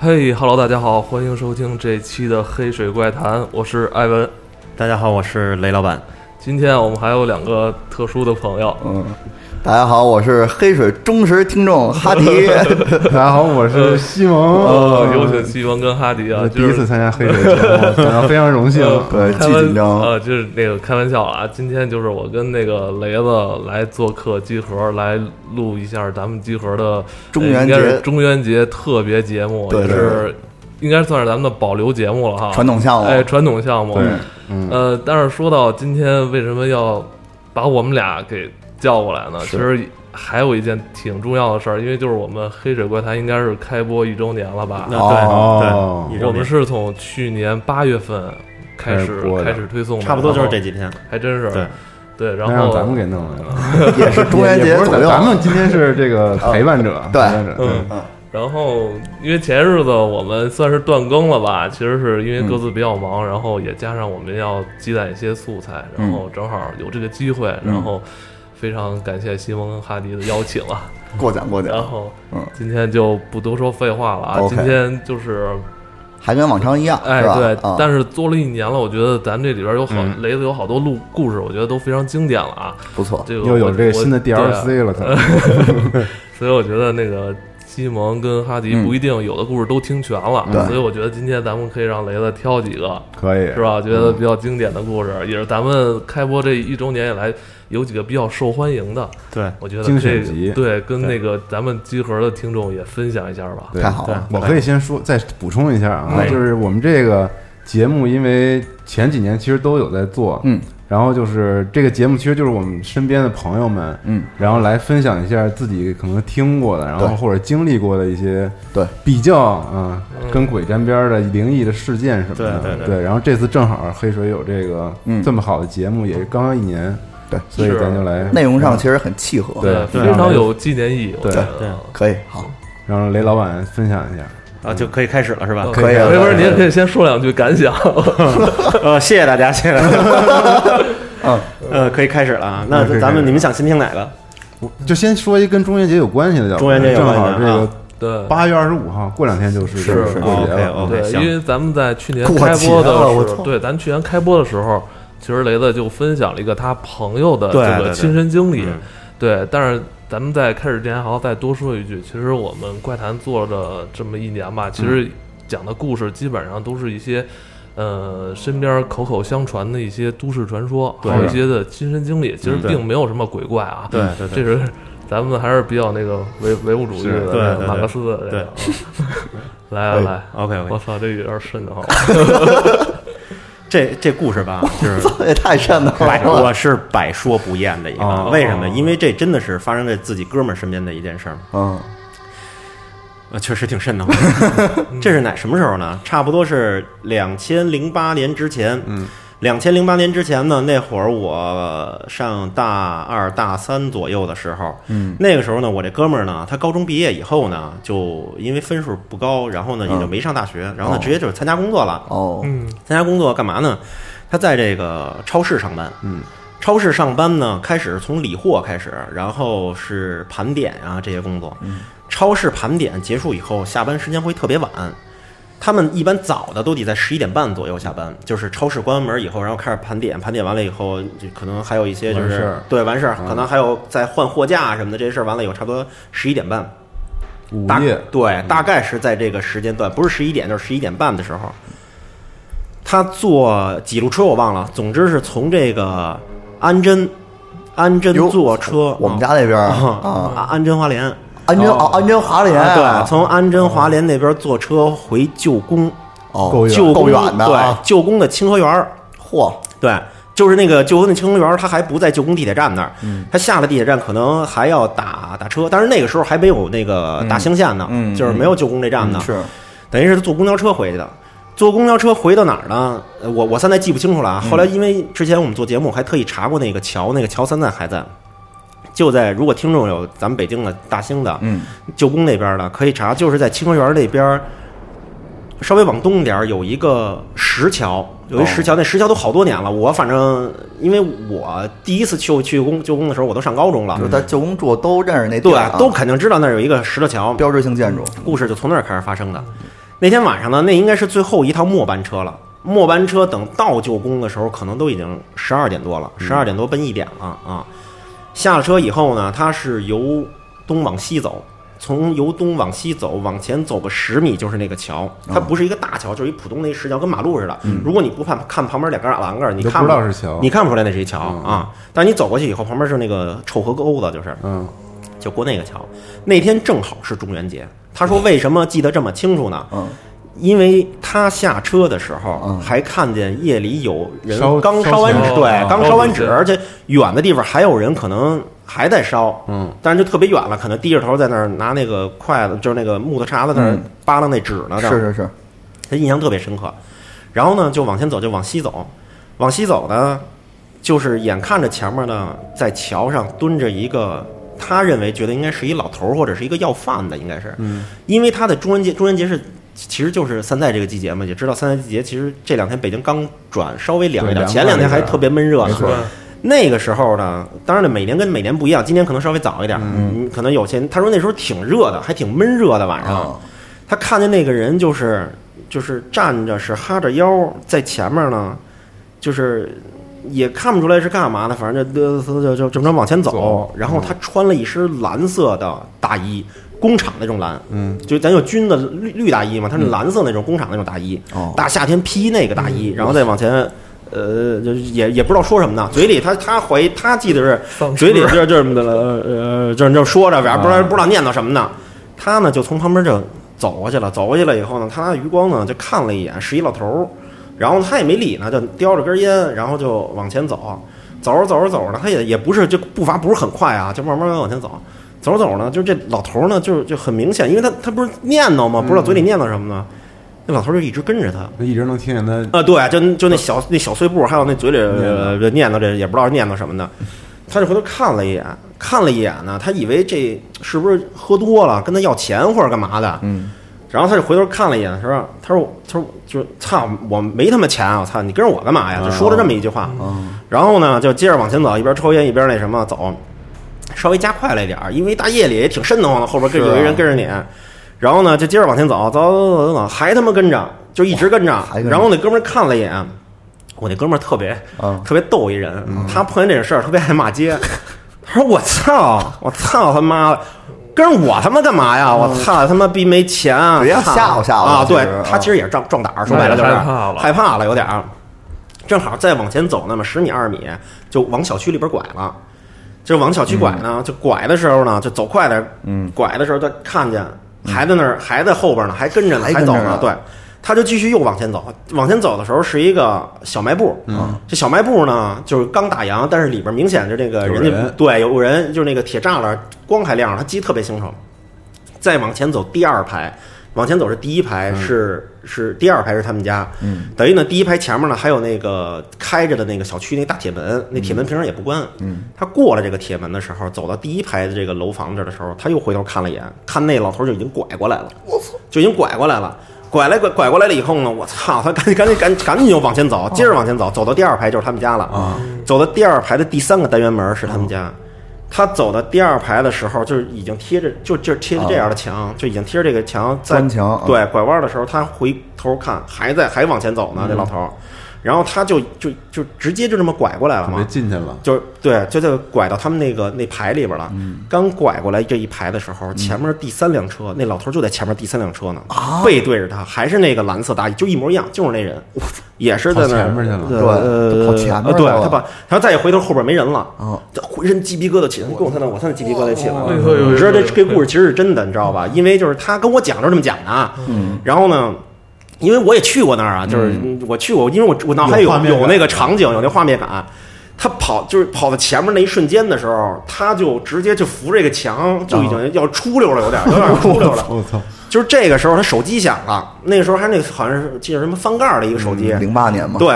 嘿哈喽，大家好，欢迎收听这一期的《黑水怪谈》，我是艾文。大家好，我是雷老板。今天我们还有两个特殊的朋友，嗯，大家好，我是黑水忠实 听众 哈迪。大家哦好，我是西哦蒙。呃，嗯有请西蒙跟哈迪啊，我第就是一呃次参加黑水节目，感 到非常荣幸。呃对，开巨玩紧张。呃，就是那个开玩笑啊，今天就是我跟那个雷子来做客集合，来录一下咱们集合的中元节呃应该是中元节特别节目，对也对是应该算是咱们的保留节目了哈，传统嗯项目哎，传统项目，对，呃，但是说到今天为什么要把我们俩给叫过来呢？其实还有一件挺重要的事儿，因为就是我们《黑水怪谈》应该是开播一周年了吧？那哦对对，一周我年们是从去年八月份开始开始播的开始推送的，差不多就是这然后，几天。还真是对对然那让后咱们给弄来了，也是中元也节不是左咱右。啊咱们今天是这 个陪伴者，对陪伴者，对嗯，然后因为前些日子我们算是断更了吧，其实是因为各嗯自比较忙，然后也加上我们要积攒一些素材，嗯然后正好有这个机会，然后非常感谢西蒙跟哈迪的邀请啊， 过奖过然奖，后嗯今天就不多说废话了啊， OK 今天就是还跟往常一样，哎是吧？嗯对，啊但是做了一年了，我觉得咱这里边有好、雷子有好多录故事，我觉得都非常经典了啊，不错。这个又有我这个新的我对啊 DLC 了，可 能所以我觉得那个西蒙跟哈迪不一定有的故事都听全了，对所以我觉得今天咱们可以让雷子挑几个，可以是？吧？觉得比较经典的故事，也是咱们开播这一周年以来有几个比较受欢迎的，对，啊我觉得精这选集对跟对那个咱们集合的听众也分享一下吧。对太好了我可以先说，再补充一下啊，嗯就是我们这个节目，因为前几年其实都有在做，嗯，然后就是这个节目，其实就是我们身边的朋友们，嗯，然后来分享一下自己可能听过的，然后对或者经历过的一些对比较啊、跟鬼沾边儿的灵异的事件什么的，对对对然后这次正好黑水有这个、嗯这么好的节目，也是刚刚一年，对嗯所以是咱就来内容上其实很契合。对对非常有纪念意义。我觉得对对可以，好，让雷老板分享一下。啊，就可以开始了是吧？可以啊没可以事，啊您可以先说两句感想。 呃，谢谢大家， 谢谢大家。嗯 呃，可以开始了啊。那嗯可以咱开们始你们想先听哪个？就先说一跟中元节有关系的，叫中元节有正关系的好这个对，八月二十五号，过两天就是是就是啊过节了。 OK，OK 对，行因为咱们在去年过开播节了我的时操候，对，咱去年开播的时候，其实雷子就分享了一个他朋友的对这对个对亲身经历嗯。对，但是咱们在开始之前还要再多说一句，其实我们怪谈做了这么一年吧，其嗯实讲的故事基本上都是一些。呃，身边口口相传的一些都市传说，还有一些的亲身经历，其实嗯对并没有什么鬼怪啊。对 对这对是咱们还是比较那个唯唯物主义是的对那对个马对克思的这个对哎啊。来来来 OK，OK 我操，这有点瘆得慌。这这故事吧，就是 也太瘆 得 百，慌了。我是百说不厌的一个哦。为什么？因为这真的是发生在自己哥们儿身边的一件事儿，嗯，呃，确实挺瘆得慌。这是哪什么时候呢？差不多是两千零八年之前。嗯。两千零八年之前呢，那会儿我上大二、大三左右的时候，嗯，那个时候呢，我这哥们儿呢，他高中毕业以后呢，就因为分数不高，然后呢也就没上大学，然后呢哦直接就参加工作了。哦，嗯，参加工作干嘛呢？他在这个超市上班。嗯，超市上班呢，开始从理货开始，然后是盘点啊这些工作。嗯，超市盘点结束以后，下班时间会特别晚。他们一般早的都得在十一点半左右下班，就是超市关门以后，然后开始盘点，盘点完了以后，就可能还有一些就完事是儿嗯对完事儿，可能还有再换货架什么的这些事儿，完了以后差不多十一点半。午大夜对，大概是在这个时间段，不是十一点就是十一点半的时候。他坐几路车我忘了，总之是从这个安贞，安贞哟坐车，我们家那边儿啊，啊，安贞花莲，安贞哦，安贞华联啊对，从安贞华莲那边坐车回旧宫，哦，够远旧宫够远的啊对，旧宫的清河园儿嚯，对，就是那个旧宫的清河园儿，它还不在旧宫地铁站那儿，嗯它下了地铁站可能还要打打车，但是那个时候还没有那个大兴线呢，嗯嗯嗯就是没有旧宫这站呢，是等于是他坐公交车回去的。坐公交车回到哪儿呢？呃我我现在记不清楚了啊。后嗯来因为之前我们做节目还特意查过那个桥，那个桥现在还在，就在如果听众有咱们北京的大兴的，嗯，旧宫那边的可以查，就是在清河园那边儿，稍微往东点儿有一个石桥，哦有一石桥，那石桥都好多年了。我反正因为我第一次去去宫旧宫的时候，我都上高中了，就是在旧公住都认识那啊地对儿啊，都肯定知道那儿有一个石头桥，标志性建筑，故事就从那儿开始发生的。那天晚上呢，那应该是最后一趟末班车了。末班车等到旧宫的时候，可能都已经十二点多了，嗯十二点多奔一点了啊。下了车以后呢，它是由东往西走，从由东往西走，往前走个十米就是那个桥，啊它不是一个大桥，就是一普通那石桥，跟马路似的。如果你不看看旁边两根栏杆，你你嗯都看不知道是桥嗯你看不出来那是一桥啊。但是你走过去以后，旁边是那个臭河沟子，就是嗯，就过那个桥。那天正好是中元节，他说为什么记得这么清楚呢？嗯，因为他下车的时候嗯还看见夜里有人烧刚烧烧完钱纸，哦对，刚烧完纸，哦而且远的地方还有人可能还在烧，嗯，但是就特别远了，可能低着头在那儿拿那个筷子，就是那个木头叉子在那儿嗯扒拉那纸呢，在那儿是是是，他印象特别深刻。然后呢，就往前走，就往西走，往西走呢，就是眼看着前面呢，在桥上蹲着一个他认为觉得应该是一老头儿或者是一个要饭的，应该是，嗯，因为他的中元节，中元节是。其实就是三赛这个季节嘛，也知道三赛季节。其实这两天北京刚转稍微凉一对点，凉前两天还快一点特别闷热没呢错。那个时候呢，当然了，每年跟每年不一样，今年可能稍微早一点，嗯，可能有些他说那时候挺热的，还挺闷热的晚上。啊他看见那个人就是就是站着是哈着腰在前面呢，就是也看不出来是干嘛的，反正就就就就正常往前走。走然后他穿了一身蓝色的大衣，工厂那种蓝，嗯，就咱有军的绿绿大衣嘛，他是蓝色那种工厂那种大衣，哦大夏天披那个大衣，然后再往前。呃，就是也也不知道说什么呢，嘴里他他怀疑他记得是丧尸嘴里就这么的了，呃，这这说着，反正不知道不知道念叨什么呢。他呢就从旁边就走过去了，走过去了以后呢，他拿余光呢就看了一眼，是一老头儿，然后他也没理呢，就叼着根烟，然后就往前走，走着走着走着呢，他也也不是就步伐不是很快啊，就慢慢往前走。走着走着呢，就这老头儿呢，就就很明显，因为他他不是念叨吗？不知道嘴里念叨什么呢，那老头儿就一直跟着他，一直能听见他啊，对，就嗯就那小那小碎步，还有那嘴里呃念叨这也不知道是念叨什么的，他就回头看了一眼，看了一眼呢，他以为这是不是喝多了跟他要钱或者干嘛的，嗯，然后他就回头看了一眼，他说他说他说就是操，我没他妈钱啊，我操，你跟着我干嘛呀？就说了这么一句话，哦然后呢就接着往前走，一边抽烟一边那什么走，稍微加快了一点儿，因为大夜里也挺瘆得慌的，后边跟是啊有一人跟着你。然后呢，就接着往前走，走走走走走，还他妈跟着，就一直跟着还。啊跟着然后那哥们儿看了一眼，啊我那哥们儿特别啊特别逗一人，他碰见这种事儿特别爱骂街。他说：“我操，我操他妈的，跟着我他妈干嘛呀？我操他妈逼没钱啊！嗯别操吓唬吓唬啊！其实对啊他其实也是壮壮胆儿，说白了就是那也害怕了害怕了有点儿。正好再往前走那么十米二十米，就往小区里边拐了。就往小区拐嗯呢，就拐的时候呢，就走快点，嗯，拐的时候他看见还在那儿，还在后边呢，还跟着呢，嗯还还跟着走呢呢，对，他就继续又往前走，往前走的时候是一个小卖部，嗯，这小卖部呢就是刚打烊，但是里边明显就这个有人家人对有人就是那个铁栅栏光还亮着，他记得特别清楚。再往前走第二排，往前走是第一排是、是第二排是他们家，嗯，等于呢第一排前面呢还有那个开着的那个小区那大铁门，那铁门平常也不关，嗯，他过了这个铁门的时候，走到第一排的这个楼房这儿的时候，他又回头看了一眼，看那老头就已经拐过来了，我操，就已经拐过来了。拐来拐拐过来了以后呢，我操！他赶紧赶紧赶紧赶紧就往前哦走，接着往前走，走到第二排就是他们家了。啊，走到第二排的第三个单元门是他们哦家。他走到第二排的时候，就是已经贴着，就就是贴着这样的墙，就已经贴着这个墙在哦砖墙啊对，拐弯的时候，他回头看，还在还往前走呢，这老嗯头儿。然后他就就就直接就这么拐过来了准嘛备，进去了，就是对，就就拐到他们那个那排里边了。嗯刚拐过来这一排的时候，前面第三辆车，那老头就在前面第三辆车呢，哦背对着他，还是那个蓝色大衣，就一模一样，就是那人，也是在那儿跑前面去了对对呃，跑前面呃对去了他把，然后再一回头，后边没人了哦，这浑身鸡皮疙瘩起来，跟我他那我他那鸡皮疙瘩起来了哎。呦呦呦你知道这呦这故事其实是真的，你知道吧？因为就是他跟我讲就是这么讲的啊，嗯然后呢。因为我也去过那儿啊，就是我去过，因为我我脑海有有画面感有那个场景，有那画面感。他跑就是跑到前面那一瞬间的时候，他就直接就扶这个墙，就已经要出溜了， 有点有点出溜了。我操，就是这个时候，他手机响了，那个时候还那个好像是记得什么翻盖儿的一个手机，零八嗯年嘛，对。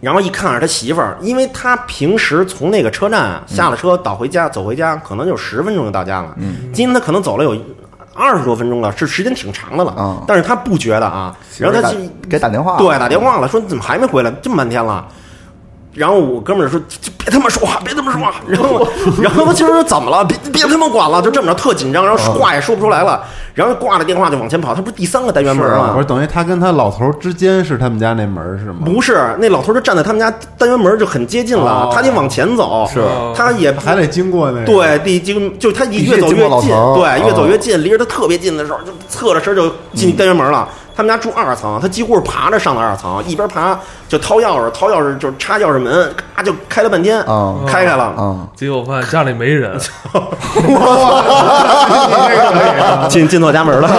然后一看是他媳妇儿，因为他平时从那个车站下了车倒回家，走回家可能就十分钟就到家了。嗯今天他可能走了有二十多分钟了，是时间挺长的了。啊但是他不觉得啊，媳妇然儿后打，他就啊给打电话，对，打电话了，说你怎么还没回来？这么半天了。然后我哥们儿说：“别他妈说话，别他妈说话。”然后我， 然后他其实说怎么了？别别他妈管了，就这么着，特紧张，然后嗯话也说不出来了，然后挂了电话就往前跑。他不是第三个单元门吗不？是啊等于他跟他老头儿之间是他们家那门儿是吗？不是，那老头儿就站在他们家单元门就很接近了，哦他得往前走，是他也还得经过那个 对，第经就他一哎必须越走经过越老近，头儿对，越走哦越近，离着他特别近的时候，就侧着身就嗯进单元门了。他们家住二层，他几乎是爬着上的二层，一边爬就掏钥匙，掏钥匙就插钥匙门，咔就开了半天，哦开开了，嗯，结果发现家里没人，啊进进错家门 了，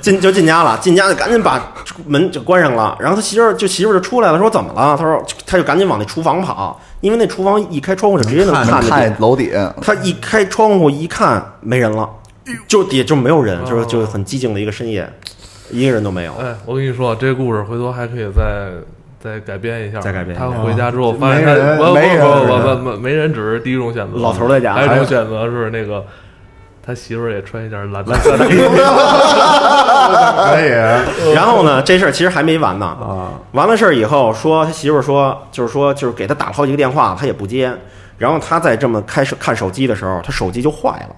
进就进家了，进家就赶紧把门就关上了。然后他媳妇儿就媳妇儿就出来了，说怎么了？他说他就赶紧往那厨房跑，因为那厨房一开窗户就直接能看见。看楼底，他一开窗户一看没人了，就底下就没有人，就是就是很寂静的一个深夜，一个人都没有。哎，我跟你说，这故事回头还可以再再改编一下。再改编一下他回家之后发现他没人不不没人不不不没人，只是第一种选择。老头儿在家还有一种选择是那个他媳妇儿也穿一件蓝蓝色的衣服。可以然后呢，这事儿其实还没完呢。啊，完了事儿以后，说他媳妇儿说，就是说就是给他打了好几个电话，他也不接。然后他在这么开始看手机的时候，他手机就坏了。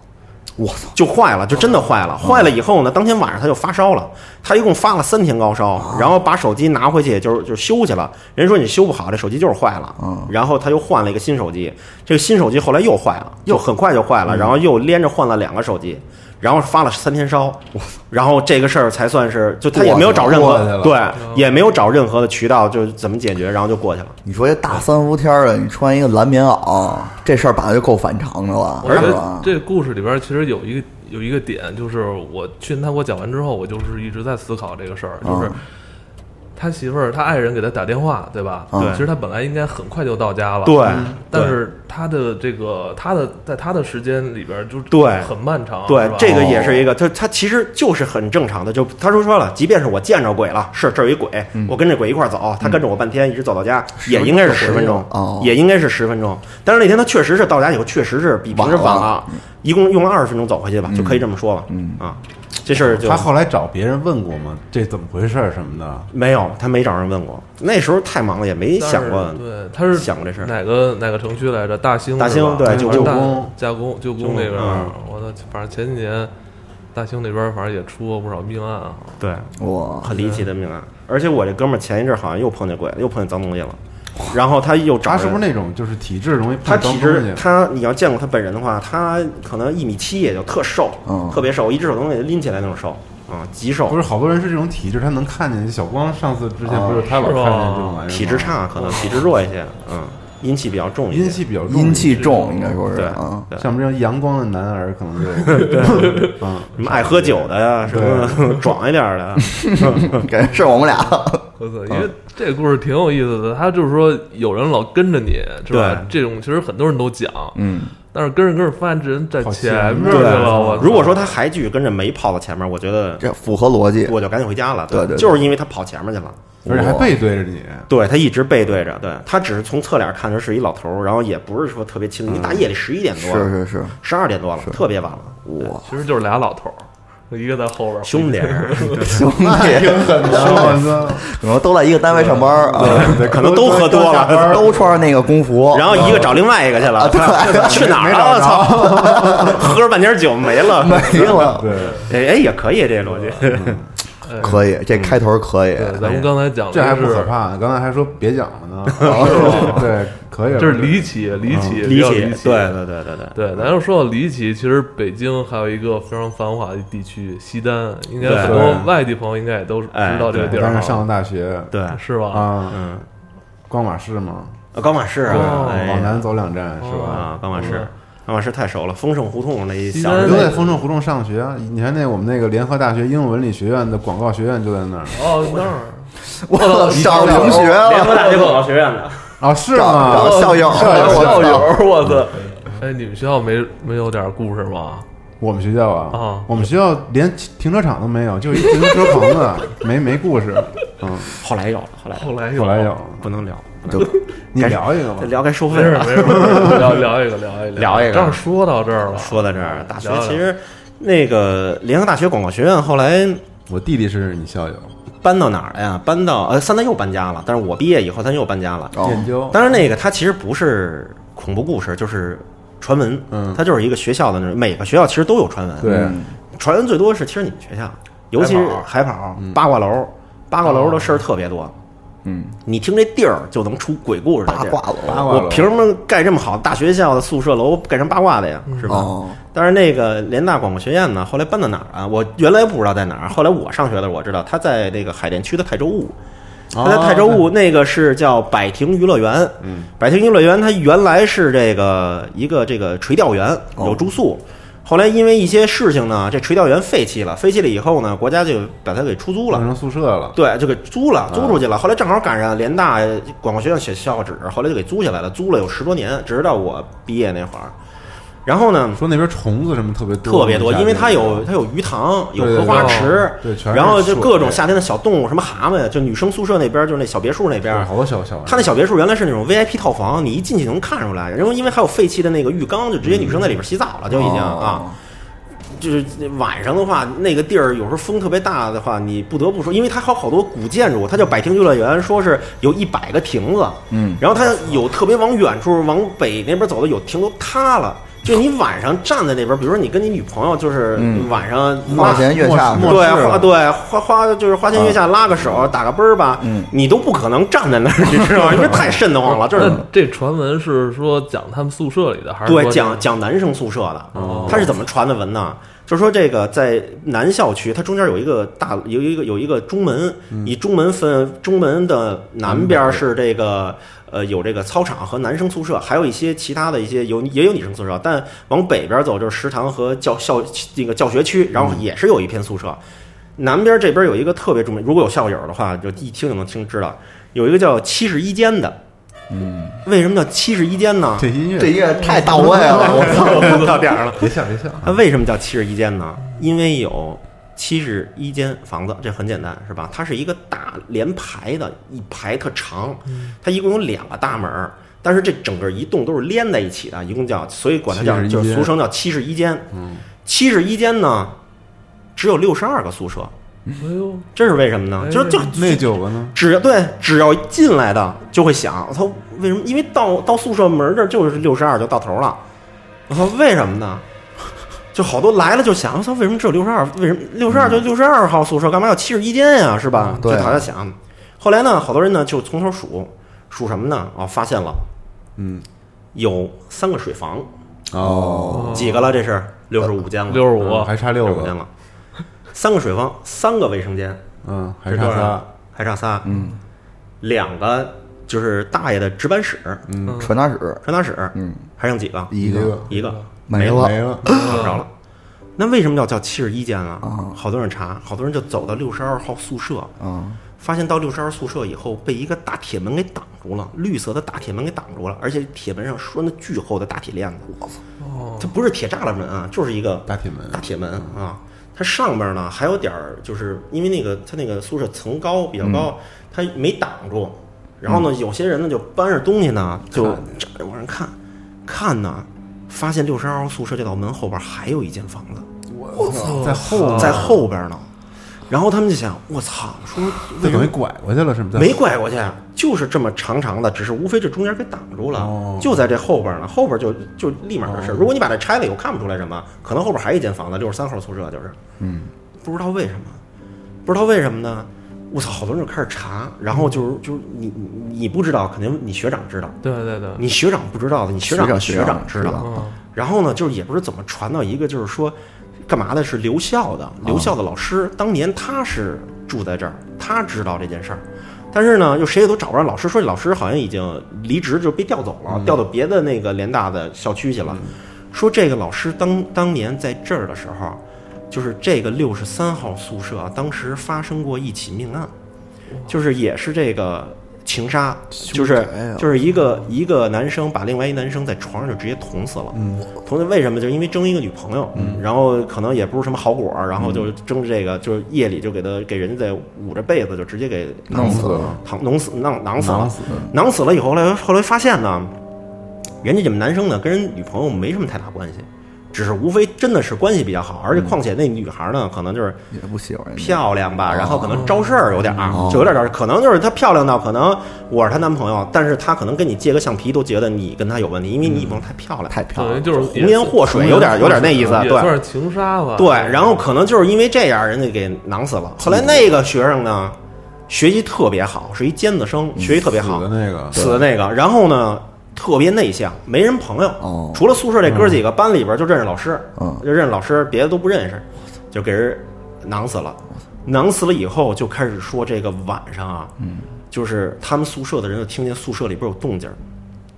我操，就坏了，就真的坏了。坏了以后呢，当天晚上他就发烧了，他一共发了三天高烧，然后把手机拿回去就是就修去了。人说你修不好，这手机就是坏了。嗯然后他又换了一个新手机，这个新手机后来又坏了，又很快就嗯坏了，然后又连着换了两个手机，然后发了三天烧，然后这个事儿才算是就他也没有找任何过去了嗯对，也没有找任何的渠道就是怎么解决，然后就过去了。你说这大三伏天儿的，你穿一个蓝棉袄，这事儿把它就够反常的了，我觉是得吧？这故事里边其实有一个有一个点，就是我去他给我讲完之后，我就是一直在思考这个事儿，就是嗯他媳妇儿他爱人给他打电话，对吧？嗯其实他本来应该很快就到家了，对但是他的这个他的在他的时间里边就是对很漫哦长，是对吧，哦这个也是一个，他他其实就是很正常的，就他说说了，即便是我见着鬼了，是这儿有一鬼，嗯我跟着鬼一块儿走，他跟着我半天，一直走到家，也应该是十分钟哦，也应该是十分钟。但是那天他确实是到家以后，确实是比平时晚晚了了，一共用了二十分钟走回去吧，就可以这么说吧。啊，这事儿就嗯他后来找别人问过吗？这怎么回事儿什么的？没有，他没找人问过，那时候太忙了，也没但是想过。对，他是想过这事儿哪个哪个城区来着？大兴是吧，大兴对反旧正旧大宫加工旧旧工宫那边儿嗯，我操，反正前几年大兴那边儿反正也出过不少命案啊。对，我很离奇的命案。而且我这哥们儿前一阵儿好像又碰见鬼了，又碰见脏东西了，然后他又找他是人不是那种就是体质容易他碰脏体东质，西？他你要见过他本人的话，他可能一米七也就特瘦，嗯特别瘦，一只手都能给拎起来那种瘦，啊、极瘦不，是好多人是这种体质，他能看见。小光上次之前不是他老是吧看见这种玩意儿吗，啊体质差，可能体质弱一些，嗯，阴气比较重一些，阴气比较重，阴气重，应该说是对啊，对像我们这种阳光的男儿可能 就嗯，什么爱喝酒的呀，什么 壮一点儿 的，感觉是我们俩，我操，嗯因为这个故事挺有意思的，他就是说有人老跟着你，是吧？这种其实很多人都讲，嗯，但是跟着跟着发现这人在好前前面面去对了。我操如果说他还继续跟着没跑到前面，我觉得这符合逻辑，我就赶紧回家了，对对对就是因为他跑前面去了。嗯而且还背对着你，对他一直背对着，对他只是从侧脸看着是一老头儿，然后也不是说特别清楚，因为大夜里十一点多，嗯是是是，十二点多了，特别晚了，我其实就是俩老头儿，一个在后边儿，兄弟儿，兄弟，狠的，我操可能都在一个单位上班儿啊，对可能都喝啊多了都穿着那个工服，然后 一个找另外一个去了， 去哪儿没了？找我操， 喝了半截酒没了，没了，对，哎哎，也可以这逻 辑，可以，这开头可以，对，咱们刚才讲的哎这还是不可怕，刚才还说别讲了 呢，对，可嗯以了，这是离奇，离奇，比 理较解，离奇，对对对对对，对，咱要说到离奇，其实北京还有一个非常繁华的地区——西单，应该对很多外地朋友应该也都知哎道这个地我儿当啊，时上了大学，对，是吧？啊，嗯，光马市嘛，啊高马市啊哦，哎往南走两站是吧？啊，高马市，高马市太熟了，丰盛胡同那一西小单我时都候在丰盛胡同上学啊，你看那我们那个联合大学英文理学院的广告学院就在那儿哦，那儿我操，找同学联合了，大学广告学院的，啊，是找吗？找校友，哎我我校操友，我操！哎，你们学校没没有点故事吗？我们学校啊，啊我们学校连停车场都没有，就一停车棚子， 没没故事。嗯， 后来有了，后来有了后来有，后来有，不能聊，你聊一个吧这。聊该收费没事了。没事，没事聊聊一个聊一个聊一个正好说到这儿了，说到这儿，大学聊聊其实那个联合大学广告学院后来我弟弟是你校友，搬到哪儿了呀？搬到呃，三他又搬家了，但是我毕业以后他又搬家了。哦燕郊，当然，那个它其实不是恐怖故事，就是传闻。嗯它就是一个学校的那种，每个学校其实都有传闻。对，传闻最多是其实你们学校，尤其是海跑、八卦楼，八卦楼的事儿特别多。哦嗯，你听这地儿就能出鬼故事的八地儿。卦八了卦楼我凭什么盖这么好的大学校的宿舍楼盖成八卦的呀？是吧？哦，但是那个联大广播学院呢，后来搬到哪儿啊？我原来不知道在哪儿，啊后来我上学的时候我知道，它在那个海淀区的泰州坞。它在泰州坞那个是叫百亭娱乐园，嗯，百亭娱乐园它原来是这个一个这个垂钓园，有住宿。后来因为一些事情呢，这垂钓园废弃了，废弃了以后呢，国家就把它给出租了换，成宿舍了，对，就给租了，租出去了。后来正好赶上联大广告学院写校址，后来就给租下来了，租了有十多年，直到我毕业那会儿。然后呢，说那边虫子什么特别多，特别多，夏天啊因为它有它有鱼塘，有对荷花池，对全是然后就树各种对夏天的小动物，什么蛤蟆，就女生宿舍那边，就是那小别墅那边，好多小小玩意儿，他那小别墅原来是那种 VIP 套房，你一进去就能看出来。然后因为还有废弃的那个浴缸，就直接女生在里边洗澡了，就已经哦啊。就是晚上的话，那个地儿有时候风特别大的话，你不得不说，因为它还有好多古建筑，它叫百亭游乐园，说是有一百个亭子，嗯，然后它有特别往远处往北那边走的有亭都塌了，就你晚上站在那边，比如说你跟你女朋友就是嗯晚上花钱月下没嘛，对事了花对花花就是花前月下拉个手打个啵儿吧，嗯你都不可能站在那儿，你知道吗？因为太瘆得慌了，这是那这传闻是说讲他们宿舍里的，还是对说讲讲男生宿舍的，哦他是怎么传的文呢？就是说这个在南校区，它中间有一个大有一个有一个中门，嗯以中门分中门的南边是这个呃有这个操场和男生宿舍，还有一些其他的一些有也有女生宿舍，但往北边走就是食堂和教校那个教学区，然后嗯也是有一片宿舍。南边这边有一个特别著名，如果有校友的话，就一听就能听知道，有一个叫七十一间的。嗯，为什么叫七十一间呢？这音乐这也太到位了，我操！到点儿了。别笑别 笑，它啊为什么叫七十一间呢？因为有七十一间房子，这很简单是吧？它是一个大连排的，一排特长，它一共有两个大门儿，但是这整个一栋都是连在一起的，一共叫，所以管它叫71就是间俗称叫七十一间。七十一间呢，只有六十二个宿舍，哎呦，这是为什么呢？哎就就那九个呢？只对，只要进来的就会想，我操，为什么？因为到到宿舍门这儿就是六十二就到头了，我操，为什么呢？就好多来了就想，我操，为什么只有六十二？为什么六十二就嗯六十二号宿舍，干嘛要七十一间呀？是啊吧？对就大家想。后来呢，好多人呢就从头数，数什么呢？啊、发现了嗯，有三个水房，哦，几个了？这是六十五间了，六十五还差六65间个，了，三个水房，三个卫生间，嗯，还是差多少仨，？还差仨，嗯，两个就是大爷的值班室、嗯，传达室，传达室，嗯，还剩几个？一一个个一个没了，了没了，找不着了。那为什么要叫七十一间啊？好多人查，好多人就走到六十二号宿舍，啊，发现到六十二宿舍以后被一个大铁门给挡住了，绿色的大铁门给挡住了，而且铁门上拴的巨厚的大铁链子，它不是铁栅栏门啊，就是一个大铁门大铁门啊。它上面呢还有点儿，就是因为那个它那个宿舍层高比较高，嗯它没挡住。然后呢，有些人呢就搬着东西呢，嗯就站着往上看，看呢，发现六十二号宿舍这道门后边还有一间房子，我操，在后在后边呢。然后他们就想，我操，说这等于拐过去了是吗？在没拐过去，啊就是这么长长的，只是无非这中间给挡住了，就在这后边呢，后边就就立马的事。如果你把这拆了以后，看不出来什么，可能后边还有一间房子，六十三号宿舍就是，嗯，不知道为什么，不知道为什么呢？我操，好多人就开始查，然后就是就是你你你不知道，肯定你学长知道，对对对，你学长不知道的，你学学长长学学长长知知道道。嗯然后呢，就是也不是怎么传到一个，就是说，干嘛的是留校的，留校的老师，当年他是住在这儿，他知道这件事儿，但是呢，又谁也都找不着老师，说这老师好像已经离职，就被调走了，调到别的那个联大的校区去了。说这个老师当当年在这儿的时候，就是这个六十三号宿舍啊，当时发生过一起命案，就是也是这个情杀，就是宅啊就是一个一个男生把另外一男生在床上就直接捅死了。嗯，捅死为什么？就是因为争一个女朋友，嗯然后可能也不是什么好果儿，然后就争这个，就是夜里就给他给人家在捂着被子就直接给弄死了，躺弄死弄囊死了囊，死，囊死了以后，后来后来发现呢，人家这么男生呢跟人女朋友没什么太大关系，只是无非真的是关系比较好，而嗯且况且那女孩呢，可能就是也不喜欢人家。漂亮吧，然后可哦能招事儿有点儿，就有点招事儿，可能就是她漂亮到可能我是她男朋友，但是她可能跟你借个橡皮都觉得你跟她有问题，因为嗯你不能太漂亮，太漂等于亮，就是红颜祸水，有点有点那意思，啊也对算是情杀吧。对，然后可能就是因为这样，人家给囊死了。后来那个学生呢，学习特别好，是一尖子生，学习特别好死的，那个，死的那个，然后呢特别内向，没人朋友，哦除了宿舍这哥几个，班里边就认识老师，嗯就认识老师，别的都不认识，就给人囊死了。囊死了以后，就开始说这个晚上啊，就是他们宿舍的人就听见宿舍里边有动静，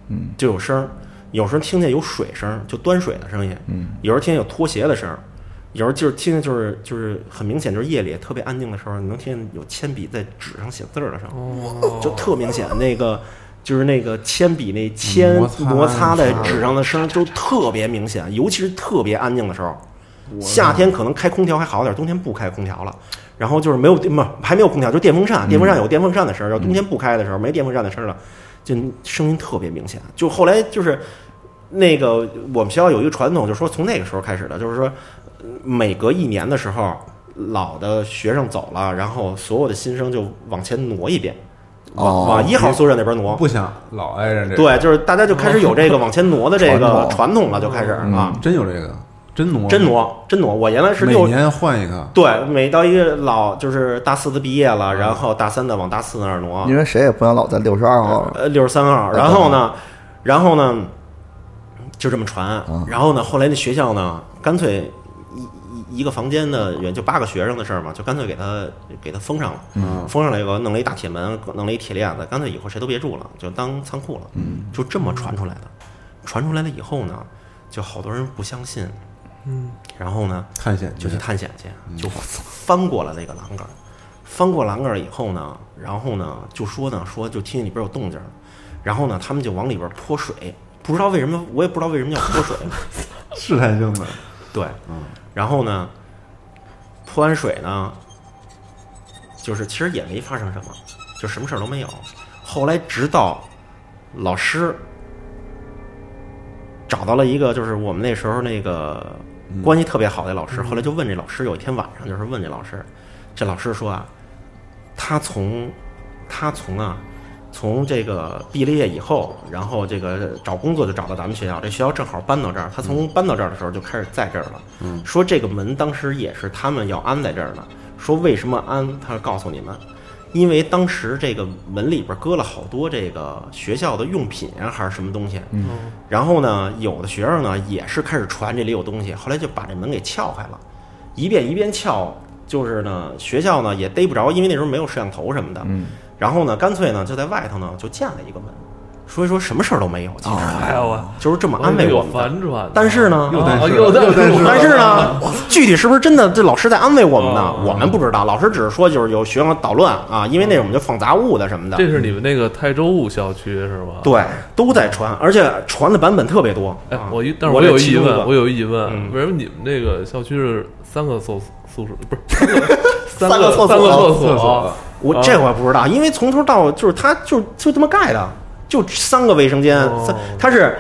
嗯，就有声儿，有时候听见有水声儿，就端水的声音，嗯，有时候听见有拖鞋的声儿。有时候就是听见，就是就是很明显，就是夜里特别安静的时候，你能听见有铅笔在纸上写字儿的声音，就特明显。那个就是那个铅笔那铅摩擦摩擦在纸上的声儿就特别明显，尤其是特别安静的时候。夏天可能开空调还好点儿，冬天不开空调了。然后就是没有不还没有空调，就电风扇，电风扇有电风扇的声儿，要冬天不开的时候没电风扇的声儿了，就声音特别明显。就后来就是那个我们学校有一个传统，就是说从那个时候开始的，就是说呃每隔一年的时候，老的学生走了，然后所有的新生就往前挪一遍，往哦往一号宿舍那边挪。不想老挨着这个，对，就是大家就开始有这个往前挪的 这个传统了，就开始嗯啊，真有这个，真挪，真，挪真挪。我原来是每六年换一个，对，每到一个老就是大四的毕业了，然后大三的往大四那儿挪因，为谁也不想老在六十二号呃，六十三号，然后呢，然后呢，就这么传，然后呢，后来那学校呢，干脆一一一个房间的人就八个学生的事儿嘛，就干脆给他给他封上了，封上了以后弄了一大铁门，弄了一铁链子，干脆以后谁都别住了，就当仓库了，就这么传出来的，传出来了以后呢，就好多人不相信，嗯，然后呢，探险就去去，探险去，就翻过了那个栏杆儿，翻过栏杆儿以后呢，然后呢就说呢说就听见里边有动静儿，然后呢他们就往里边泼水，不知道为什么，我也不知道为什么要泼水，试探性的，对，然后呢泼完水呢，就是其实也没发生什么，就什么事儿都没有。后来直到老师找到了一个，就是我们那时候那个关系特别好的老师，后来就问这老师，有一天晚上就是问这老师，这老师说啊，他从他从啊。从这个毕了业以后，然后这个找工作就找到咱们学校，这学校正好搬到这儿。他从搬到这儿的时候就开始在这儿了。嗯，说这个门当时也是他们要安在这儿的。说为什么安？他告诉你们，因为当时这个门里边搁了好多这个学校的用品啊，还是什么东西。嗯，然后呢，有的学生呢也是开始传这里有东西，后来就把这门给撬开了，一遍一遍撬，就是呢，学校呢也逮不着，因为那时候没有摄像头什么的。嗯，然后呢，干脆呢就在外头呢就建了一个门，所以说什么事儿都没有，其实、哎呦我，就是这么我安慰有我们的。反转的，但是呢，又担啊心，又担又担心心，但是呢， 具体是不是真的，这老师在安慰我们呢哦？我们不知道，老师只是说就是有学生捣乱啊，因为那种就放杂物的什么的，这是你们那个泰州五校区是吧？。对，都在传，而且传的版本特别多。哎啊，我一，但是我有这疑其中一问，个我有疑嗯问，为什么你们那个校区是三个宿宿舍， 不是三个三个厕所三个厕所啊所？我哦这我不知道，因为从头到就是他就就这么盖的，就三个卫生间哦，三他是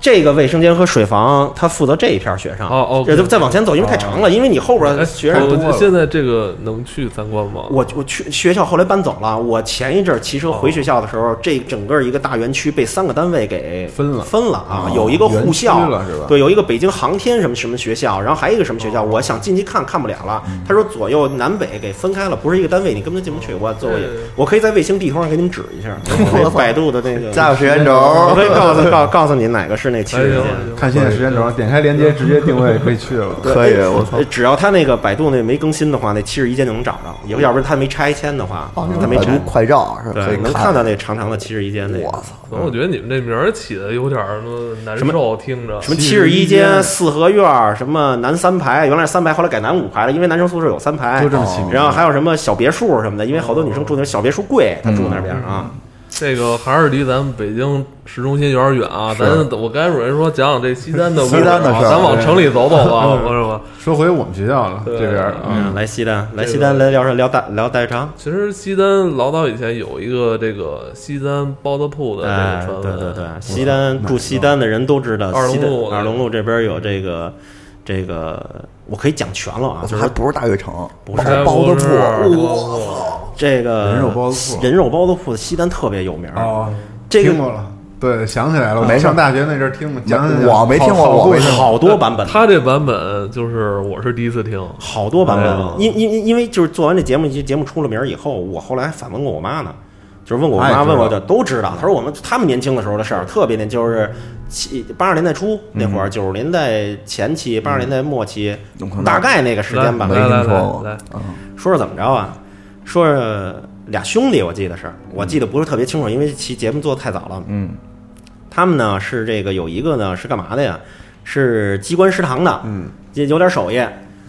这个卫生间和水房，他负责这一片学生。哦哦这就再往前走，因为太长了，因为你后边哎，学我生。我现在这个能去参观吗？我我去学校后来搬走了。我前一阵儿骑车回学校的时候，这整个一个大园区被三个单位给分了分了啊！哦有一个护校园区了是吧对，有一个北京航天什么什么学校，然后还有一个什么学校，我想进去看看不了了。他说左右南北给分开了，不是一个单位，你根本就进不去。我作为对对对我可以在卫星地图上给你们指一下，我百度的那个，加个时间轴，我可以告诉告告诉你哪个是那七哎十呦间。，看现在时间轴，点开链接直接定位可以去了。可以，我操呃，只要他那个百度那没更新的话，那七十一间就能找着。要要不然他没拆迁的话，哦，他那没百拆度。快照是吧可对，以能看到那长长的七十一间那我个，啊操，可能我觉得你们这名儿起的有点儿那难什么受，听着什么七十一间四合院儿，什么南三排，原来是三排，后来改南五排了，因为男生宿舍有三排，就这么起名哦然后还有什么小别墅什么的，因为好多女生住那小别墅贵，她住嗯那边嗯儿啊。这个还是离咱们北京市中心有点远啊。咱我刚才主任说讲讲这西单的故事啊，西单的事 儿咱往城里走走吧，我说吧。说回我们学校了，这对边儿嗯，嗯来西单，来这西个单来聊聊大聊大肠，其实西单老早以前有一个这个西单包子铺的哎，这个传对闻，对对，西单住西单的人都知道，二龙西单路二龙路这边有这个这个，我可以讲全了啊，就是还不是大悦城，不不是包子铺，不是我这个人肉包子铺人肉包子铺西单特别有名儿。哦，这个听过了，对，想起来了，没事上大学那阵儿听过，讲讲我没听过好好我没故事听过好多版本，他这版本就是我是第一次听，好多版哦本。因因因因为就是做完这节目，这节目出了名儿以后，我后来还反问过我妈呢，就是问过我她也哎妈，知道问过的都知道。她说我们他们年轻的时候的事儿，特别年轻，就是七八十年代初那会儿，嗯九十年代前期，八十年代末期有可，能大概那个时间吧。来来没听来说过来，啊说是怎么着啊？说是俩兄弟，我记得是，我记得不是特别清楚，因为这期节目做的太早了。嗯，他们呢是这个有一个呢是干嘛的呀？是机关食堂的，嗯，也有点手艺。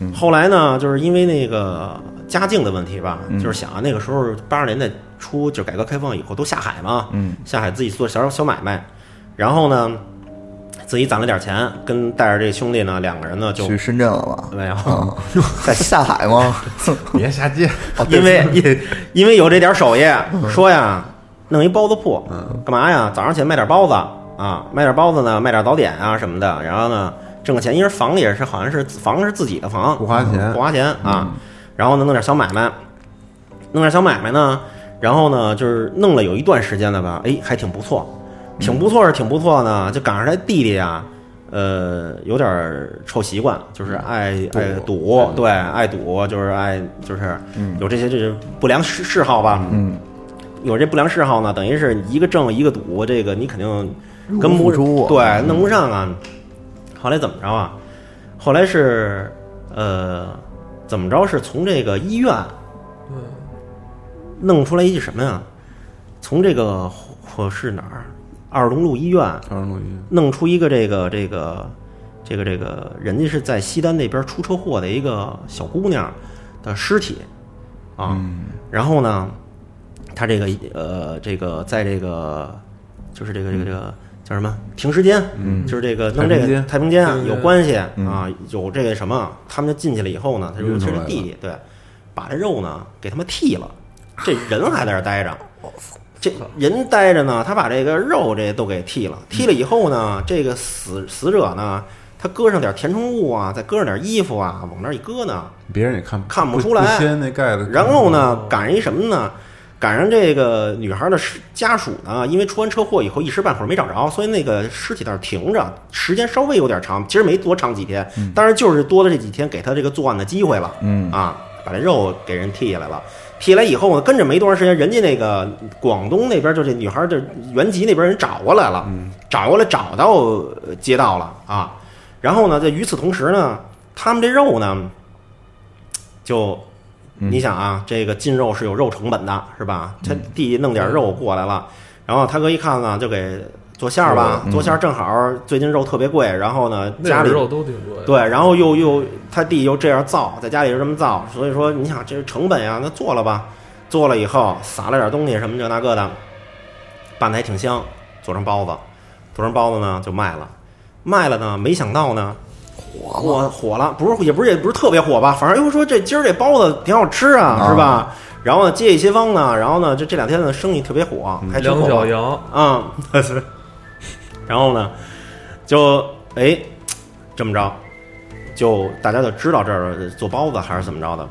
嗯后来呢，就是因为那个家境的问题吧，嗯就是想啊，那个时候八十年代初，就是改革开放以后都下海嘛，嗯，下海自己做小小买卖，然后呢，自己攒了点钱，跟带着这兄弟呢两个人呢就去深圳了吧？没有，啊，在下海吗？ 别下街， 因为因因为有这点手艺，嗯说呀，弄一包子铺，干嘛呀？早上起来卖点包子啊，卖点包子呢，卖点早点啊什么的，然后呢挣个钱，因为房也是好像是房是自己的房，不花钱嗯不花钱啊，然后呢弄点小买卖，弄点小买卖呢，然后呢就是弄了有一段时间了吧，哎，还挺不错，挺不错是挺不错呢，就赶上他弟弟啊。呃，有点儿臭习惯，就是爱爱赌，对，爱赌就是爱就是有这些这是不良嗜嗜好吧，嗯，有这不良嗜好呢，等于是一个挣一个赌，这个你肯定跟入不不敷出对，弄不上啊。后来怎么着啊？后来是呃，怎么着是从这个医院弄出来一什么呀？从这个我是哪儿？二龙路医院二龙路医院弄出一个这个这个这个这个人家是在西单那边出车祸的一个小姑娘的尸体啊，嗯然后呢，他这个呃这个在这个就是这个这个这个叫什么停尸间，就是这个弄这嗯太平个间太平间啊对对有对关系嗯啊，有这个什么，他们就进去了以后呢，他尤运其出是来了弟弟对，把这肉呢给他们剃了，这人还在这儿待着。这人待着呢，他把这个肉这都给剃了，剃了以后呢，这个死死者呢，他搁上点填充物啊，再搁上点衣服啊，往那儿一搁呢，别人也看看不不出来掀那盖子。然后呢，赶上一什么呢？赶上这个女孩的尸家属呢，因为出完车祸以后一时半会儿没找着，所以那个尸体那儿停着，时间稍微有点长，其实没多长几天，但是就是多了这几天给他这个作案的机会了。嗯啊，把这肉给人剃下来了。剃下来以后呢，跟着没多长时间，人家那个广东那边就这女孩的原籍那边人找过来了，嗯找过来找到呃街道了啊。然后呢，在与此同时呢，他们这肉呢，就嗯你想啊，这个进肉是有肉成本的，是吧？他弟弟弄点肉过来了，然后他哥一看呢，就给做馅儿吧，做馅儿正好最近肉特别贵，然后呢嗯那家会儿里肉都挺贵，对，然后又又他弟又这样造，在家里就这么造，所以说你想这成本呀，那做了吧，做了以后撒了点东西什么这那个的，拌的还挺香，做成包子，做成包子呢就卖了，卖了呢，没想到呢。火火了，不是也不是也不是特别火吧，反正又说这今儿这包子挺好吃啊，是吧？然后呢，借一些方呢，然后呢，这这两天呢生意特别火，还挺梁火小阳，啊、 嗯，然后呢，就哎这么着，就大家就知道这儿做包子还是怎么着的。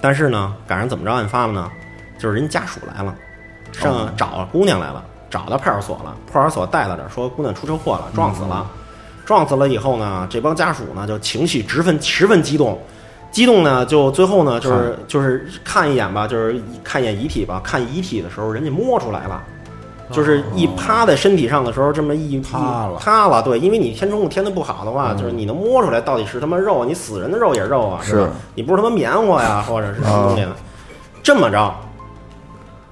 但是呢，赶上怎么着案发了呢？就是人家属来了，上找姑娘来了，找到派出所了，派出所带到这儿说姑娘出车祸了，撞死了。撞死了以后呢，这帮家属呢就情绪十分十分激动，激动呢就最后呢就是就是看一眼吧，就是看一眼遗体吧，看遗体的时候人家摸出来了，就是一趴在身体上的时候这么一塌了嗯塌哦了，对，因为你填充物填的不好的话，就是你能摸出来到底是他妈肉，你死人的肉也是肉啊，是吧你不是他妈棉花呀，或者是什么东西啊的，这么着，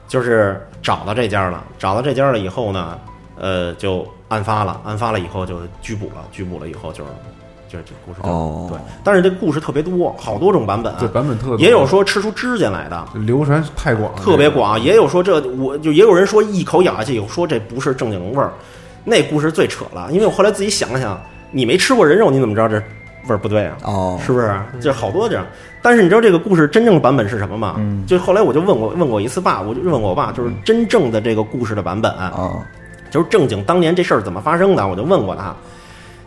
就是找到这家了，找到这家了以后呢，呃，就案发了，案发了以后就拘捕了，拘捕了以后就是，就是这故事就哦对，但是这故事特别多，好多种版本啊，对版本特多也有说吃出指甲来的。流传太广了，特别广，也有说这我就也有人说一口咬下去，有说这不是正经味儿，那故事最扯了。因为我后来自己想了想，你没吃过人肉，你怎么知道这味儿不对啊，哦，是不是？就是好多这样。但是你知道这个故事真正的版本是什么吗？就后来我就问我问过一次爸，我就问过我爸，就是真正的这个故事的版本，啊，就是正经当年这事儿怎么发生的，我就问过他。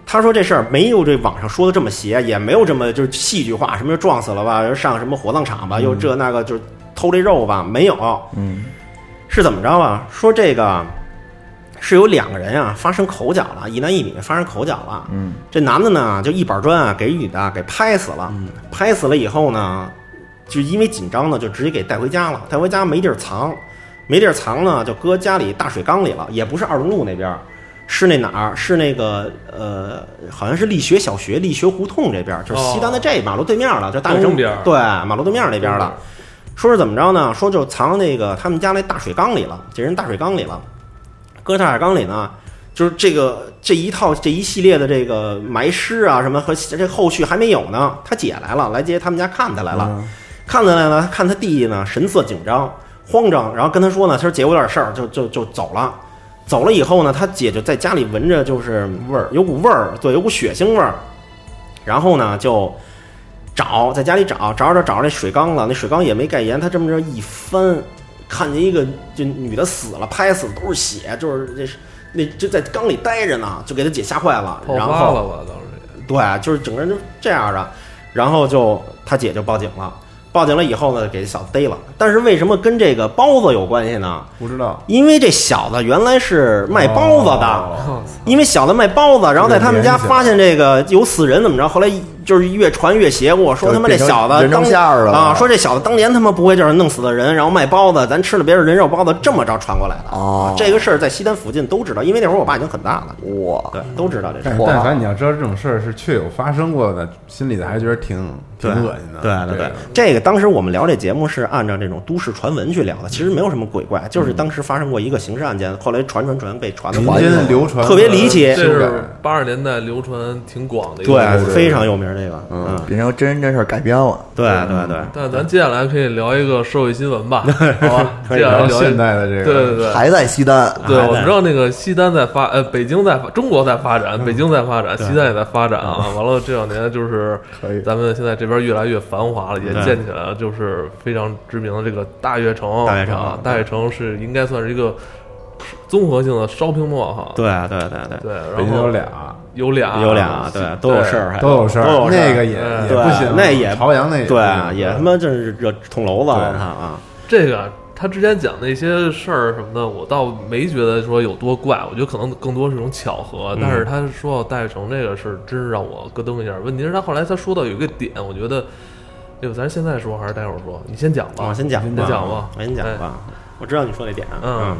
他说这事儿没有这网上说的这么邪，也没有这么就是戏剧化，什么又撞死了吧，又上什么火葬场吧，又这那个就是偷这肉吧，没有。嗯，是怎么着啊？说这个是有两个人啊发生口角了，一男一女发生口角了。嗯，这男的呢就一板砖啊给女的给拍死了，嗯拍死了以后呢，就因为紧张呢就直接给带回家了，带回家没地儿藏，没地儿藏呢就搁家里大水缸里了，也不是二龙路那边儿。是那哪儿？是那个呃，好像是力学小学、力学胡同这边儿，就是西单的这马路对面了，就大学生哦东边儿对马路对面那边了。说是怎么着呢？说就藏那个他们家那大水缸里了，这人大水缸里了，搁大水缸里呢，就是这个这一套这一系列的这个埋尸啊什么和这后续还没有呢。他姐来了，来接他们家看他来了，看他来了，看他弟弟呢神色紧张慌张，然后跟他说呢，他说姐我有点事儿，就就就走了。走了以后呢，他姐就在家里闻着就是味儿，有股味儿，对，有股血腥味儿。然后呢，就找在家里找，找着找着那水缸了，那水缸也没盖严，他这么着一翻，看见一个就女的死了，拍死都是血，就是这是那就在缸里待着呢，就给他姐吓坏了，爆然发后了吧？当时也对，就是整个人就这样的，然后就他姐就报警了，报警了以后呢，给小子逮了。但是为什么跟这个包子有关系呢？不知道因为这小子原来是卖包子的，哦因为小子卖包子，然后在他们家发现这个有死人，怎么着？后来就是越传越邪乎，说他妈这小就子变当成人肉馅儿了啊，说这小子当年他妈不会就是弄死的人，然后卖包子，咱吃了别人人肉包子，这么着传过来的。哦这个事儿在西单附近都知道，因为那会儿我爸已经很大了，哇，对，都知道这事但儿。是但凡你要知道这种事儿是确有发生过的，心里的还觉得挺挺对恶心嗯的。对对这对个，这个当时我们聊这节目是按照这种都市传闻去聊的，其实没有什么鬼怪，就是当时发生过一个刑事案件，后来传传传被嗯传的民间流传特别离奇和这修是改八十年代流传挺广的一个故对事，非常有名这个，嗯，变成真人真事儿改编了，对对对。但咱接下来可以聊一个社会新闻 吧，好吧？可接以下来聊聊一现代的这个对对对，还在西单，对，还我在们知道那个西单在发，呃，北京在发，中国在发展，北京在发展，西单也在发展啊。完了，这两年就是可以咱们现在这边越来越繁华了，也对建起来了，就是非常知名的这个大悦城。大悦城啊大悦城是应该算是一个综合性的 shopping mall 哈。对对对对，对，然后北京有俩，有俩有俩对都有事儿，还都有事儿，都有事儿那个也嗯也对不行，那也朝阳那也不行对啊也他妈真是惹捅娄子了，我看啊，这个他之前讲那些事儿什么的，我倒没觉得说有多怪，我觉得可能更多是一种巧合。但是他说到戴玉成这个事儿，真是让我咯噔一下。问题是，他后来他说到有一个点，我觉得，哎呦，咱现在说还是待会儿说？你先讲吧，我先讲吧，先讲吧，我先讲哎。吧，我知道你说那点，嗯嗯。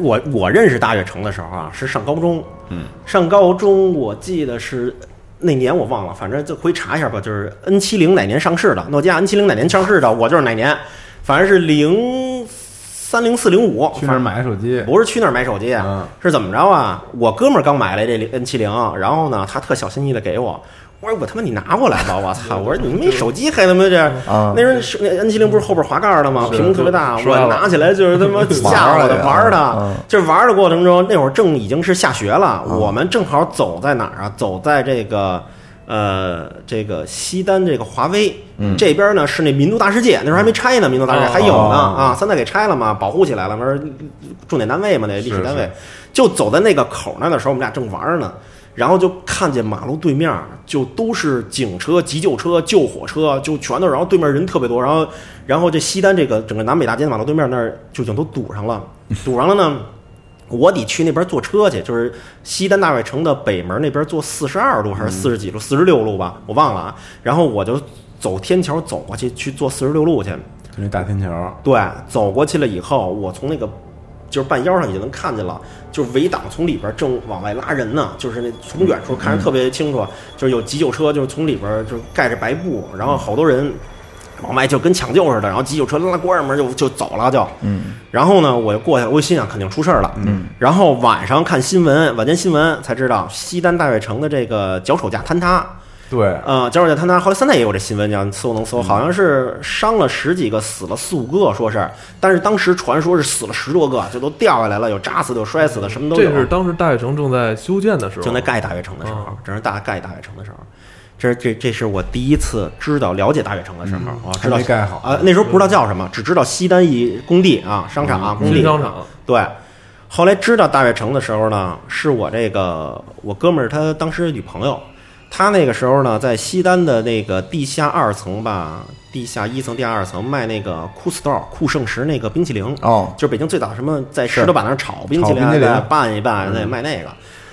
我我认识大悦城的时候啊，是上高中，嗯，上高中我记得是那年我忘了，反正就回查一下吧，就是 N 七零哪年上市的，诺基亚 N 七零哪年上市的，我就是哪年，反正是零三零四零五，去那儿买手机，不是去那儿买手机，嗯是怎么着啊？我哥们儿刚买来这 N 七零，然后呢，他特小心翼翼的给我。我说我他妈你拿过来吧，我操！我说你没手机还他妈这啊，那时候是那 N 七零不是后边滑盖儿的吗？是屏幕特别大，是我拿起来就是他妈吓我的玩儿玩儿了的呀嗯，就是玩儿的过程中，那会儿正已经是下学了，我们正好走在哪儿啊？走在这个呃这个西单这个华威这边呢是那民族大世界，那时候还没拆呢，民族大世界哦还有呢哦啊，三代给拆了嘛，保护起来了，完事儿重点单位嘛，那历史单位，就走在那个口那儿的时候，我们俩正玩儿呢，然后就看见马路对面儿就都是警车、急救车、救火车，就全都，然后对面人特别多，然后然后这西单这个整个南北大街的马路对面那儿就已经都堵上了，堵上了呢。我得去那边坐车去，就是西单大悦城的北门那边坐四十二路还是四十几路，四十六路吧，我忘了啊。然后我就走天桥走过去，去坐四十六路去。就那大天桥，对，走过去了以后，我从那个就是半腰上你就能看见了，就是围挡从里边正往外拉人呢，就是那从远处看着特别清楚，就是有急救车，就是从里边就是盖着白布，然后好多人往外就跟抢救似的，然后急救车拉关上门就就走了就，嗯，然后呢，我就过去，我心想肯定出事儿了，嗯，然后晚上看新闻，晚间新闻才知道西单大悦城的这个脚手架坍塌。对，呃，脚手架坍塌，后来现在也有这新闻，讲搜能搜，好像是伤了十几个，死了四五个，说是，但是当时传说是死了十多个，就都掉下来了，有扎死的，有摔死的，什么都有。这是当时大嗯悦城正在修建的时候，正在盖大悦城的时候，正是大盖大悦城的时候。这是这这是我第一次知道了解大悦城的时候，嗯我知道还没盖好啊，那时候不知道叫什么，只知道西单一工地啊，商场啊，工新地嗯商场，对，后来知道大悦城的时候呢，是我这个我哥们儿他当时女朋友，他那个时候呢在西单的那个地下二层吧，地下一层、地下二层卖那个酷 store 酷盛时那个冰淇淋，哦，就是北京最早什么在石头板那儿炒冰淇淋，啊嗯炒冰淇淋拌一拌，那卖那个。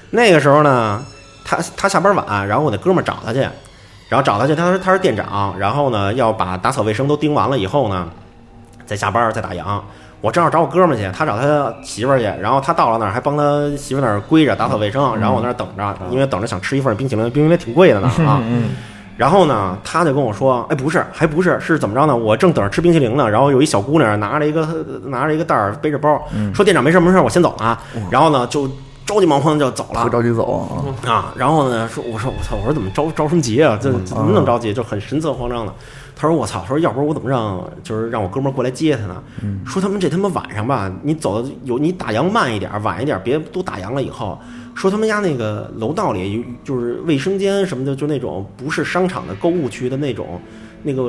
那个时候呢，他他下班晚，然后我那哥们儿找他去，然后找他去，他说他是店长，然后呢要把打扫卫生都盯完了以后呢，再下班儿再打烊。我正好找我哥们儿去，他找他媳妇儿去，然后他到了那儿还帮他媳妇儿那儿归着打扫卫生，然后我那儿等着，嗯因为等着想吃一份冰淇淋，冰淇淋挺贵 的呢啊。然后呢，他就跟我说：“哎，不是，还不是，是怎么着呢？我正等着吃冰淇淋呢。然后有一小姑娘拿着一个拿着一个袋儿，背着包，嗯说店长没事没事，我先走了啊。然后呢，就着急忙慌地就走了不。着急走啊，啊，然后呢，说我说我操，我说怎么着着什么急啊？这这怎么那么着急？就很神色慌张的。他说我操，他说要不然我怎么让就是让我哥们儿过来接他呢？说他们这他妈晚上吧，你走的有你打烊慢一点，晚一点，别都打烊了以后。说他们家那个楼道里有就是卫生间什么的，就那种不是商场的购物区的那种，那个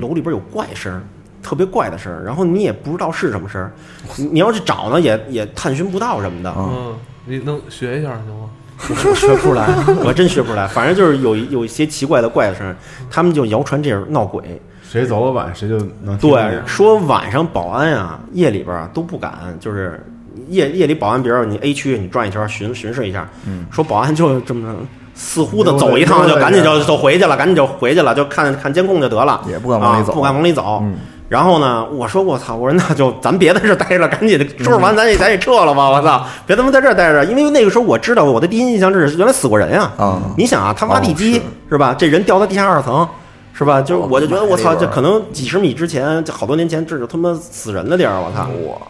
楼里边有怪声儿。特别怪的声儿，然后你也不知道是什么声儿，你你要去找呢，也也探寻不到什么的。嗯，你能学一下行吗？我学不出来， 我真学不出来。反正就是有一有一些奇怪的怪声儿，他们就谣传这是闹鬼。谁走了晚谁就能听对见，说晚上保安啊，夜里边儿啊都不敢，就是夜夜里保安，比如说你 A 区你转一圈巡巡视一下，嗯说保安就这么似乎的走一趟，就赶紧就就回去了，赶紧就回去了，就看看监控就得了，也不敢往里走嗯啊不敢往里走。然后呢，我说我操，我说那就咱别在这儿待着，赶紧嗯收拾完咱也咱也撤了吧，我操，别他妈在这儿待着，因为那个时候我知道我的第一印象是原来死过人啊，啊你想啊，他挖地基、哦是吧？这人掉到地下二层是吧？就是哦我就觉得我操，埋里这边儿可能几十米之前，这好多年前，这是他妈死人的地儿，我操！我。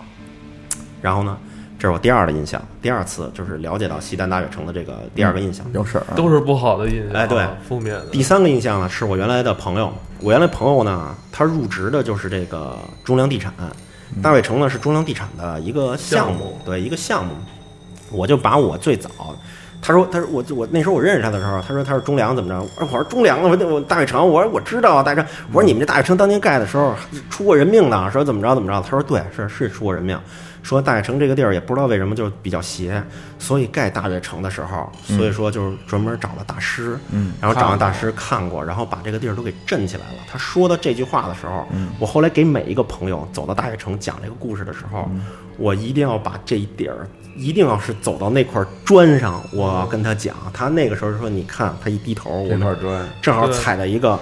然后呢，这是我第二的印象，第二次就是了解到西单大悦城的这个第二个印象。有事儿啊，都是不好的印象啊，哎对负面的。第三个印象呢，是我原来的朋友。我原来朋友呢，他入职的就是这个中粮地产，大悦城呢是中粮地产的一个项项目对一个项目。我就把我最早，他说，他说我我那时候我认识他的时候，他说他是中粮怎么着？我说我说中粮啊，我我大悦城，我说我知道啊大悦城，我说你们这大悦城当年盖的时候出过人命呢，说怎么着怎么着？他说对，是是出过人命。说大悦城这个地儿也不知道为什么就比较邪，所以盖大悦城的时候，所以说就是专门找了大师，嗯，然后找了大师看过，然后把这个地儿都给震起来了。他说到这句话的时候，嗯我后来给每一个朋友走到大悦城讲这个故事的时候，我一定要把这一点儿，一定要是走到那块砖上，我要跟他讲。他那个时候说，你看他一低头，我这块们砖正好对踩在一个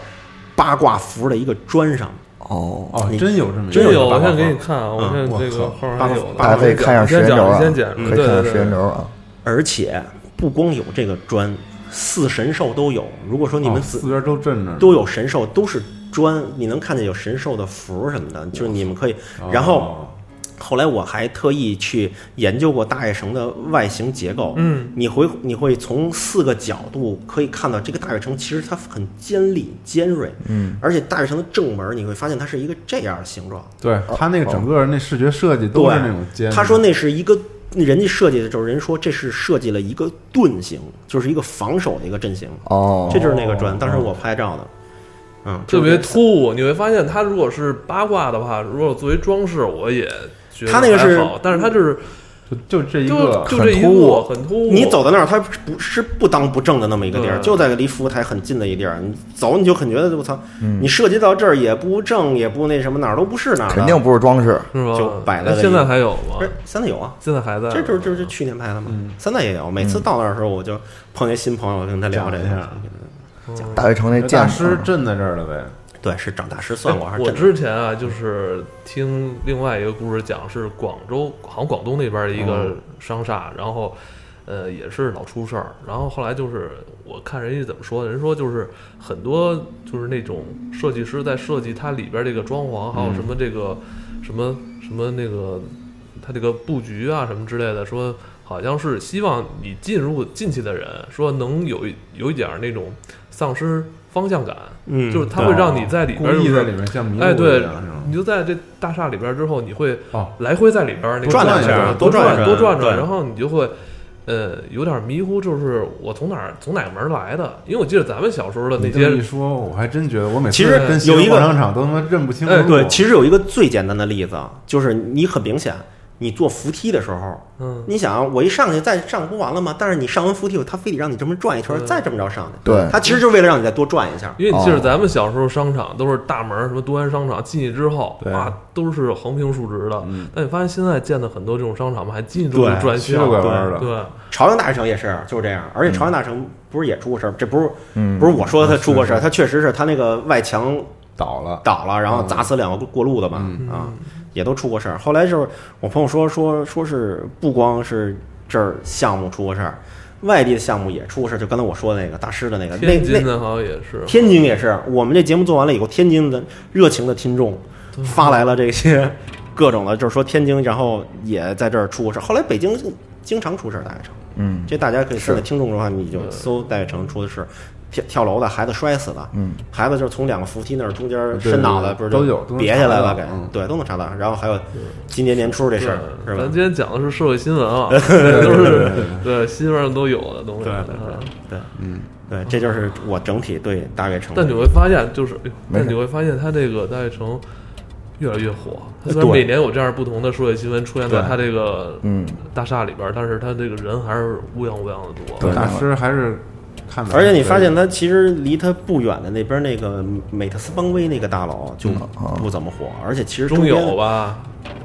八卦符的一个砖上，哦，哦你，真有这么一个真有，八我卦现在给你房看啊，我现在这个后面八还卦有的，八大家可以看一下时先间讲轴啊，先讲，嗯可以对对看下对时间轴啊，而且不光有这个砖，四神兽都有。如果说你们哦仔四边都镇着呢，都有神兽，都是砖，你能看见有神兽的符什么的，就是你们可以。然后哦后来我还特意去研究过大悦城的外形结构，嗯，你会你会从四个角度可以看到这个大悦城其实它很尖利、尖锐，嗯，而且大悦城的正门你会发现它是一个这样的形状，对他那个整个那视觉设计都哦对，是那种尖的，他说那是一个人家设计的时候，人说这是设计了一个盾形，就是一个防守的一个阵型，哦，这就是那个砖，当时我拍照的，嗯，特就是别突兀。你会发现，它如果是八卦的话，如果作为装饰，我也觉得它那个是还好，但是它就是就就这一就个就这一很突幕兀很突兀。你走到那儿，它不是不当不正的那么一个地儿，对就在离服务台很近的一地儿。你走，你就很觉得我操，嗯你涉及到这儿也不正，也不那什么，哪儿都不是哪儿的。肯定不是装饰，是吧？就摆在那那里现在还有吗不？是现在有啊，现在还在吗？这就是就是去年拍的嘛，嗯现在也有。每次到那儿的时候，我就碰见新朋友，跟他聊这讲一个下。嗯大悦城那那建大筑啊师镇在这儿了呗，对，是找大师算过，还是哎我真的之前啊，就是听另外一个故事讲，是广州，好像广东那边儿一哦个商厦，然后呃也是老出事儿，然后后来就是我看人家怎么说的，人说就是很多就是那种设计师在设计它里边儿这个装潢，还有什嗯么这个、什么什么那个它这个布局啊什么之类的，说好像是希望你进入进去的人说能有一有一点儿那种丧失方向感，嗯就是它会让你在里边儿故就意在是里面像迷路哎，一对样是吗，？你就在这大厦里边儿之后，你会哦来回在里边儿那个转两圈圈，多多转一多转转转，对然后你就会。呃，有点迷糊，就是我从哪儿从哪个门儿来的？因为我记得咱们小时候的那你这些么一说，我还真觉得我每次其实跟西有安一个广场场都他妈认不清哎路。对，其实有一个最简单的例子，啊就是你很明显，你坐扶梯的时候，嗯，你想啊，我一上去再上不完了吗？但是你上完扶梯，他非得让你这么转一圈，嗯再这么着上去。对他其实就是为了让你再多转一下。因为你记得哦咱们小时候商场都是大门儿，什么东安商场进去之后对啊，都是横平竖直的。嗯但你发现现在建的很多这种商场嘛，还进去都是对转七六向，拐对弯的，对，朝阳大学城也是就是这样，而且朝阳大学城不是也出过事儿？这不是嗯不是我说他出过事儿，是他确实是他那个外墙倒了。倒了，然后砸死两个过路的嘛，啊，也都出过事儿。后来就是我朋友说说说是不光是这儿项目出过事儿，外地的项目也出过事儿，就刚才我说的那个大师的那个，哎那天那津的好像也是，天津也是，我们这节目做完了以后，天津的热情的听众发来了这些 各种的，就是说天津，然后也在这儿出过事儿。后来北京经常出事儿，大悦城，嗯这大家可以现在听众的话，你就搜大悦城出的事，跳跳楼的孩子摔死的，嗯，孩子就是从两个扶梯那儿中间对伸脑袋，对不是都就有都能别下来了，查给到嗯对都能查到。然后还有今年年初这事儿对是吧嗯咱？今天讲的是社会新闻 啊，这都是对对新闻上都有的东西。对对嗯对，嗯，对，这就是我整体对大悦城的。但你会发现，就是哎没事但你会发现，它这个大悦城越来越火。它虽呃对然每年有这样不同的社会新闻出现在对它这个嗯大厦里边儿，但是它这个人还是乌泱乌泱的多。对大师还是看的。而且你发现它其实离它不远的那边那个美特斯邦威那个大楼嗯就啊不怎么火，而且其实中间友吧，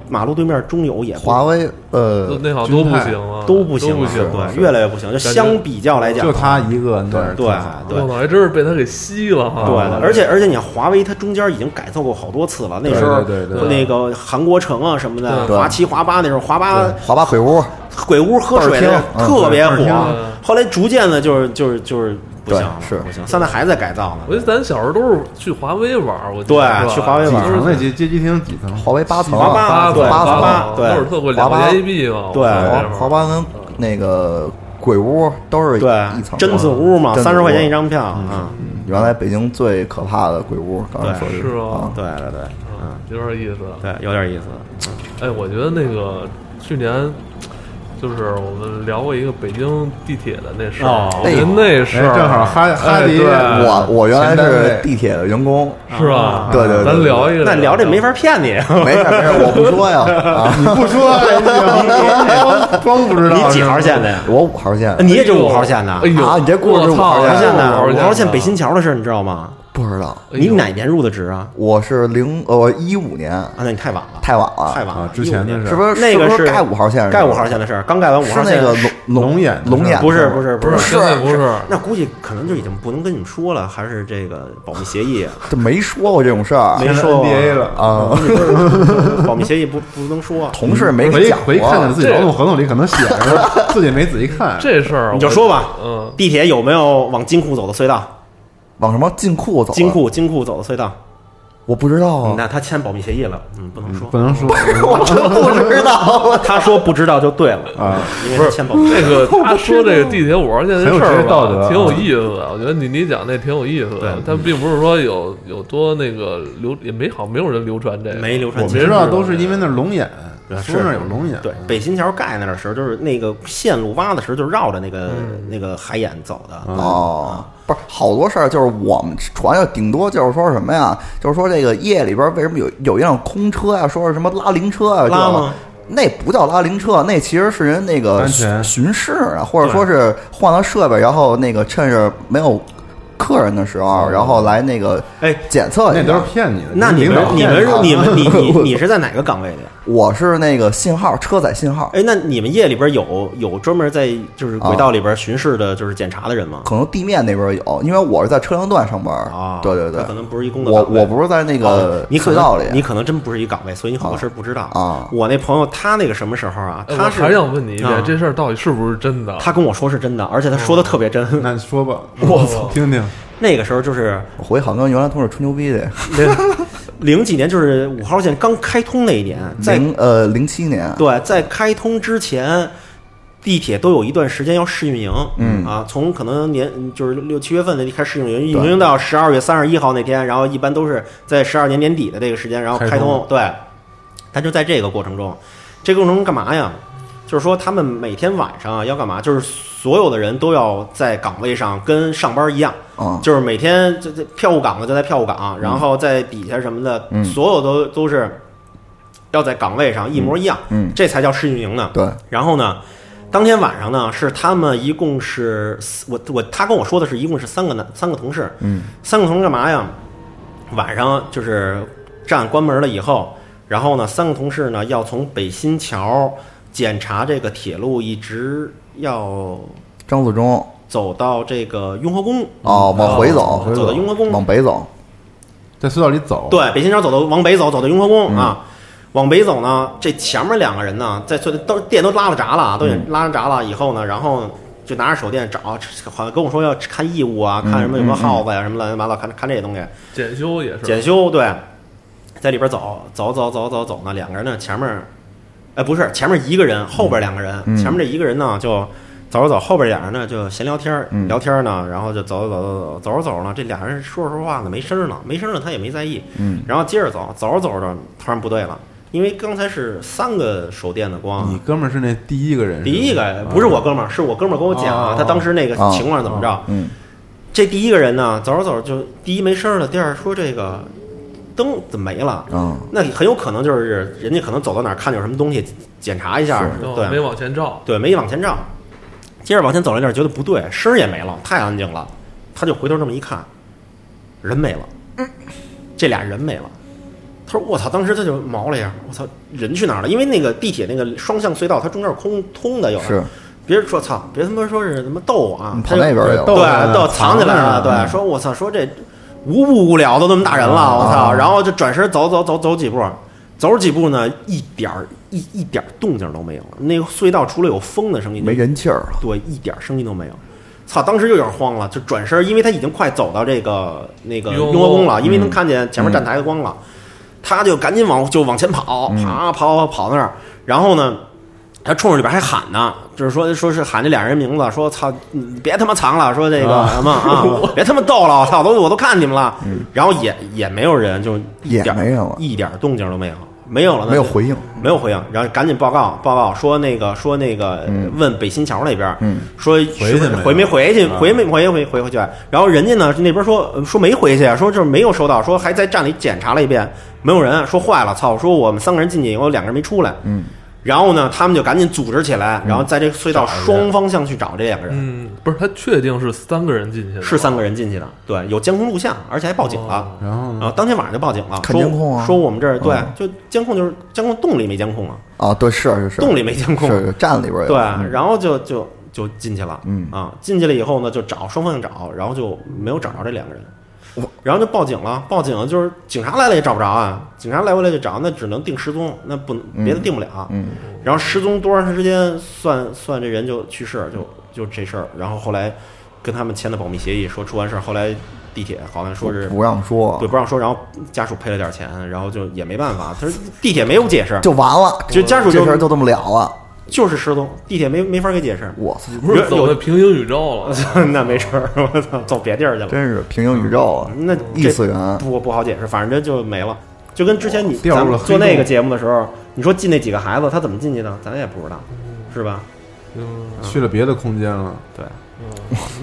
马路对面中友也不华为都呃那好像都不行啊，都不行不了，行啊。对，越来越不行。就相比较来讲，就他一个那儿对挺好的对我操，还真是被他给吸了哈。对，啊而且而且你看华为它中间已经改造过好多次了，那时候对对对对那个韩国城啊什么的，对华七华八那时候华八华八鬼屋，鬼屋喝水倍那儿听特别火嗯倍儿听，后来逐渐的就是就是就是不行了，对是不行，现在还在改造呢。我觉得咱小时候都是去华威玩儿，我记得对是吧去华威几玩儿层那街街机厅几层？华为八层华八啊，八对八八八对那会儿特贵，华两八块钱一币嘛。对华华华八跟那个鬼屋都是一层对，的贞子屋嘛，贞子嗯三十块钱一张票啊。原来北京最可怕的鬼屋，刚才说的是吗啊？对对对，嗯，有点意思。啊对，有点意思。哎，我觉得那个去年。就是我们聊过一个北京地铁的那事儿哦，我觉得那事儿哎正好哈哈迪哎对我我原来前单是位地铁的员工，是吧？啊对对对咱聊一个，那聊这没法骗你，没事没事，我不说呀啊，你不说还 行， 装不知道。你几号是吧？线的呀？我五号线呃你也就五号线的哎？呦，啊你这故事是我操哎五五号号线线的，五五号号线线的北新桥的事儿你知道吗？不知道，哎呦你哪年入的职啊？我是零呃一五年，啊，那你太晚了，太晚了，太晚了啊。之前的15年事是不是那个是不是是盖五号线是吧？盖五号线的事儿，刚盖完五是号那线个的事儿。龙龙眼的龙事眼儿不是不是不是，现在不是，那估计可能就已经不能跟你们说了，还是这个保密协议啊，这没说过这种事儿没说 NBA 了。啊，保密协议不不能说，同事没回讲过回看看自己劳动合同里可能写 着，自己没仔细看。这事儿，你就说吧。嗯，地铁有没有往金库走的隧道？往什么金库走？啊金，库金库走的隧道，嗯我不知道啊，那他签保密协议了，嗯，不能说不。能说 我真不知道。啊他说不知道就对了，啊，因为他签保密协议。这 个他说这个地铁五号线的事很有职儿业道德吧，啊挺有意思的。我觉得你你讲那挺有意思的，但并不是说有有多那个流，也没好没有人流传这个，没流传我清知道都是因为那龙眼，说那儿有龙眼。对，北新桥盖那儿的时候，就是那个线路挖的时候，就绕着那个、嗯那个海眼走的。哦，不是好多事儿，就是我们传的顶多就是说什么呀？就是说这个夜里边儿为什么有有一辆空车呀、说是什么拉灵车啊？拉这个吗？那不叫拉灵车，那其实是人那个安巡全巡视啊，或者说是换了设备，然后那个趁着没有客人的时候，然后来那个哦哎检测一下。那都是骗你的。那你领们导你骗们的你们你 你你是在哪个岗位的呀？我是那个信号车载信号，哎，那你们夜里边有有专门在就是啊轨道里边巡视的，就是检查的人吗？可能地面那边有，因为我是在车辆段上班儿啊，对对对他可，能不是一工作我岗位。我不是在那哦个你可隧呃道里能，你可能真不是一岗位，所以你好多事儿不知道啊我那朋友他那个什么时候啊？哎他我是还想问你一啊遍，这事儿到底是不是真的？他跟我说是真的，而且他嗯说的特别真。 那你说吧，嗯我操听听。那个时候就是我回去好像跟原来同事吹牛逼去。零几年，就是五号线刚开通那一年，在零呃零七年，对，在开通之前，地铁都有一段时间要试运营，嗯啊，从可能年就是六七月份那开始试运营，运营到十二月三十一号那天，然后一般都是在十二年年底的这个时间，然后开开通通。对，他就在这个过程中，这个过程中干嘛呀？就是说他们每天晚上啊要干嘛？就是所有的人都要在岗位上跟上班一样，嗯就是每天这这票务岗的就在票务岗，然后在底下什么的，嗯所有都都是要在岗位上一模一样，嗯，这才叫试运营呢。对，然后呢，当天晚上呢，是他们一共是四我我他跟我说的是一共是三个男三个同事，嗯三个同事干嘛呀？晚上就是站关门了以后，然后呢，三个同事呢要从北新桥检查这个铁路，一直要张自忠走到这个雍和宫哦，往回走，回走到雍和宫往北走，在隧道里走，对，北新桥走到往北走，走到雍和宫啊。往北走呢，这前面两个人呢，在隧都电都拉了闸了啊，都已经拉了闸了。以后呢，然后就拿着手电找，好像跟我说要看异物啊，看什么有没有耗子呀、什么乱七八糟，看看这些东西。检修也是，检修对，在里边走走走走走走呢，两个人呢前面，哎不是前面一个人，后边两个人，前面这一个人呢就走着走，后边俩人呢就闲聊天儿、聊天儿呢，然后就走着走走走走着走着呢，这俩人说着说话呢没声儿呢，没声儿呢他也没在意，嗯，然后接着走，走着走着突然不对了，因为刚才是三个手电的光，啊你哥们儿是那第一个人，啊第一个不是我哥们儿，是我哥们儿跟我讲哦哦啊哦，他当时那个哦情况怎么着？嗯，这第一个人呢，走着走着就第一没声儿了，第二说这个灯怎么没了？嗯，那很有可能就是人家可能走到哪儿看见有什么东西，检查一下，哦没对往前照，对，没往前照。接着往前走了一点，觉得不对，声儿也没了，太安静了，他就回头这么一看，人没了，这俩人没了。他说：“我操！”当时他就毛了一下，我操，人去哪儿了？因为那个地铁那个双向隧道，它中间是空通的，有的是，别人说操，别他妈说是他妈逗我啊你，嗯他跑就那边去对逗了，起来对，了都藏起来了。嗯藏起来了对，说我操，说这无不无聊，都那么大人了，我操！啊然后就转身走走走走几步，走几步呢，一点儿一一点儿动静都没有。那个隧道除了有风的声音，没人气儿了，对，一点儿声音都没有。操！当时就有点慌了，就转身，因为他已经快走到这个那个雍和雍和宫了，宫嗯因为能看见前面站台的光了，他就赶紧往就往前跑，嗯爬跑跑跑那儿，然后呢，他冲着里边还喊呢，就是说说是喊这俩人名字，说操，你别他妈藏了，说这个啊什么 啊，别他妈逗了，我操，都我都看你们了，然后也也没有人，就一嗯也点儿没有啊一点儿动静都没有，没有了，那没有就回应，没有回应，然后赶紧报告报告说那个说那个、嗯问北新桥那边，说是不去是没有回没回去，回没回回回回去，然后人家呢那边说呃说没回去，说就是没有收到，说还在站里检查了一遍，没有人，说坏了，操，说我们三个人进去以后两个人没出来，嗯，然后呢他们就赶紧组织起来，嗯然后在这个隧道双方向去找这两个人，嗯，不是，他确定是三个人进去的，是三个人进去的，对，有监控录像，而且还报警了。哦然后呢然后当天晚上就报警了，看监控啊说说我们这儿对，就监控就是监控洞里没监控啊，啊，对，是是是，洞里没监控，是站里边有，对，啊嗯然后就就就进去了，嗯啊，进去了以后呢，就找双方向找，然后就没有找着这两个人，然后就报警了，报警了就是警察来了也找不着啊，警察来回来就找，那只能定失踪，那不能别的定不了，嗯，然后失踪多长时间算算这人就去世，就就这事儿，然后后来跟他们签的保密协议，说出完事儿，后来地铁好像说是不让说对，不让说，然后家属赔了点钱，然后就也没办法，他说地铁没有解释，就完了，就家属就这事儿就这么了了，就是失踪，地铁没没法给解释。我操，不是走有的平行宇宙 了，那没事儿，我操，走别地儿去了。真是平行宇宙啊，嗯那异这次元不不好解释，反正就没了。就跟之前你掉入咱们了做黑洞那个节目的时候，你说进那几个孩子，他怎么进去的，咱也不知道，是吧？嗯，去了别的空间了，对，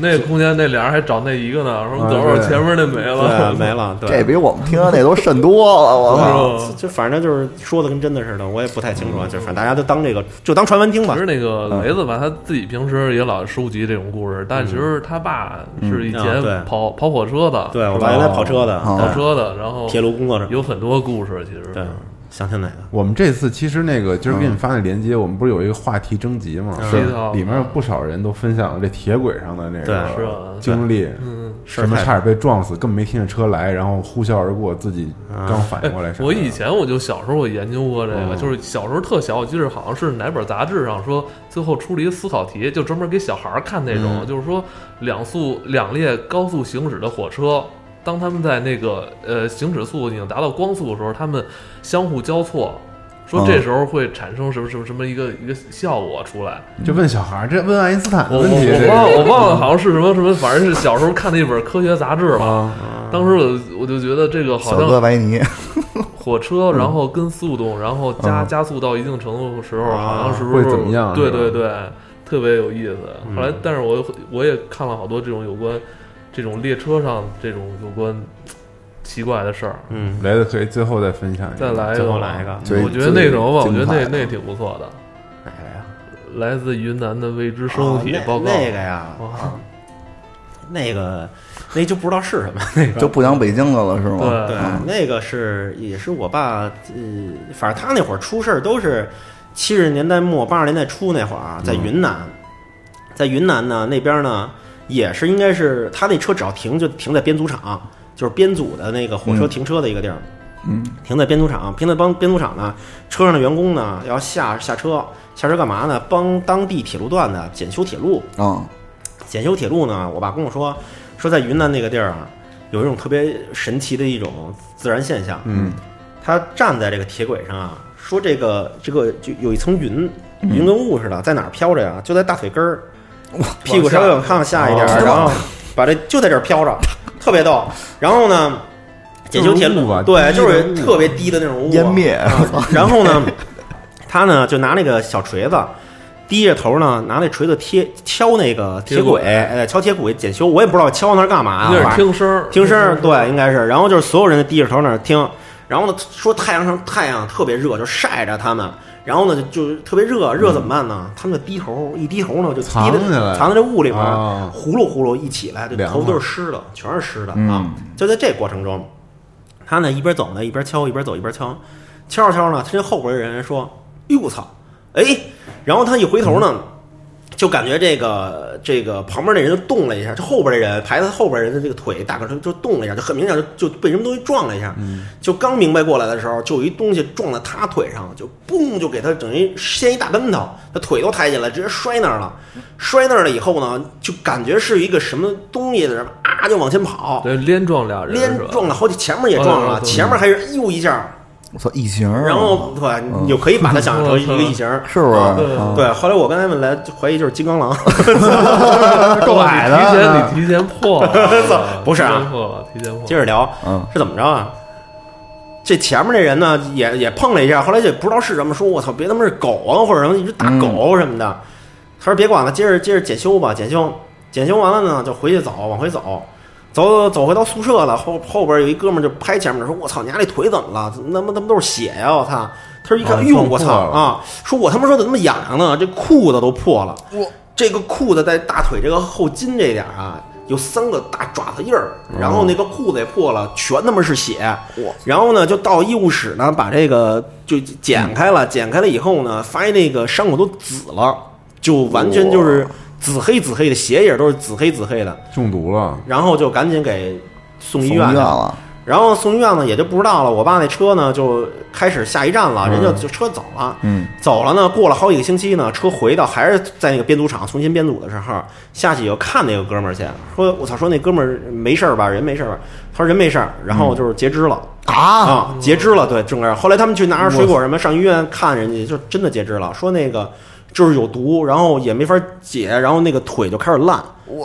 那空间那俩人还找那一个呢，说啊等会儿对前面那没了， 对，没了。这对，比我们听的那都甚多了，我操。是吧？就反正就是说的跟真的似的，我也不太清楚啊。就反正大家都当这个，就当传闻听吧其实。那嗯个雷子吧，他自己平时也老收集这种故事，但其实他爸是以嗯啊前对跑跑火车的，对，我是爸吧原来跑车的，哦跑对车的，然后铁路工作者，有很多故事，其实对，想听哪个？我们这次其实那个今儿给你发那链接，我们不是有一个话题征集吗？是的里面有不少人都分享了这铁轨上的那是对啊个经历，是什么太差点被撞死，根本没听见车来，然后呼啸而过，自己嗯刚反应过来什么我的。以前我就小时候我研究过这个，嗯就是小时候特小，我记得好像是哪本杂志上说，最后出了一个思考题，就专门给小孩儿看那种，嗯就是说两速两列高速行驶的火车，当他们在那个呃行驶速度已经达到光速的时候，他们相互交错。说嗯这时候会产生什么什么什么一个一个效果出来。就问小孩儿，这问爱因斯坦的我我问题，我这忘 个我忘了，好像是什么什么，反正是小时候看的一本科学杂志吧。啊，当时我我就觉得这个小好哥像白尼，火车，嗯然后跟速度，然后加加速到一定程度的时候，好像是不是啊会怎么样对是吧嗯对对，特别有意思。后来，但是我我也看了好多这种有关这种列车上这种有关奇怪的事儿。嗯，来的可以最后再分享一再个，来一最个后吧，来一个最我觉得那什么吧，我最觉得精那彩的那挺不错的，哪个呀？来自云南的未知生物体哦那报告。那个呀，啊那个那就不知道是什么。那个就不讲北京的了是吗？对对，嗯那个是也是我爸，呃，反正他那会儿出事儿都是七十年代末八十年代初那会儿啊，在云南，在云南呢那边呢也是应该是他那车只要停就停在编组场，就是编组的那个火车停车的一个地儿。嗯，停在编组场，停在帮编组场呢，车上的员工呢要下下车，下车干嘛呢？帮当地铁路段的检修铁路，啊，检修铁路呢，我爸跟我说，说在云南那个地儿啊，有一种特别神奇的一种自然现象。嗯，他站在这个铁轨上啊，说这个这个就有一层云，嗯云跟雾似的，在哪儿飘着呀？就在大腿根儿，屁股稍微往上下一点儿，哦然后把这就在这儿飘着，特别逗。然后呢，检修铁就是雾路吧对，低的就是雾特别低的那种雾啊，湮灭啊 然后呢，他呢就拿那个小锤子。低着头呢，拿那锤子贴敲那个铁轨，哎，敲铁轨检修，我也不知道敲那儿干嘛呀、有点反正听声儿，听声儿，对，应该是。然后就是所有人低着头那儿听，然后呢说太阳上太阳特别热，就晒着他们。然后呢就就特别热，热怎么办呢？他们就低头，一低头呢就低藏在起来藏在这雾里面哦，呼噜呼噜一起来，这凉头快都是湿的，全是湿的啊嗯。就在这过程中，他呢一边走呢一边敲，一边走一边敲，敲着敲着呢，他这后边的人说：“哟我操，哎！”然后他一回头呢。就感觉这个这个旁边那人就动了一下，这后边的人排在后边人的这个腿大概就就动了一下，就很明显就就被什么东西撞了一下。就刚明白过来的时候，就有一东西撞在他腿上，就嘣就给他等于掀一大跟头，他腿都抬起来，直接摔那儿了。摔那儿了以后呢，就感觉是一个什么东西的人啊就往前跑，对，连撞俩人，连是吧撞了好几，前面也撞哦对了，对对前面还是呦一下，哦我操，异形儿啊，然后对，你就可以把它想象嗯成一个异形。是不是？啊对啊对，后来我刚才问来，就怀疑就是金刚狼。 够哇矮你的，提前你提前破了， 不是啊提前破了，提前破了。接着聊，嗯是怎么着啊？这前面这人呢，也也碰了一下，后来也不知道是什么，说我操，别他妈是狗啊，或者什么一只嗯大狗什么的。他说别管了，接着接着检修吧，检修，检修完了呢，就回去走，往回走，走走走回到宿舍了。后后边有一哥们儿就拍前面说：“我操，你家那腿怎么了？怎么他妈他妈都是血呀、我操！”他说一啊看，哟、撞我操破了啊！说我他妈说怎么那么痒痒呢？这裤子都破了。这个裤子在大腿这个后筋这点儿啊，有三个大爪子印儿，哦然后那个裤子也破了，全他妈是血。然后呢，就到医务室呢，把这个就剪开了，剪开了以后呢，发现那个伤口都紫了，就完全就是紫黑紫黑的，血也都是紫黑紫黑的。中毒了，啊然后就赶紧给送医送医院去啊了。了，然后送医院呢，也就不知道了。我爸那车呢，就开始下一站了，人家就车走了。嗯，走了呢，过了好几个星期呢，车回到还是在那个编组厂重新编组的时候，下去又看那个哥们儿去，说我操，说那哥们儿没事儿吧？人没事儿吧？他说人没事儿，然嗯后就是截肢了。啊，啊，截肢了，对，正儿。后来他们去拿着水果什么上医院看人家，就真的截肢了，说那个就是有毒，然后也没法解，然后那个腿就开始烂，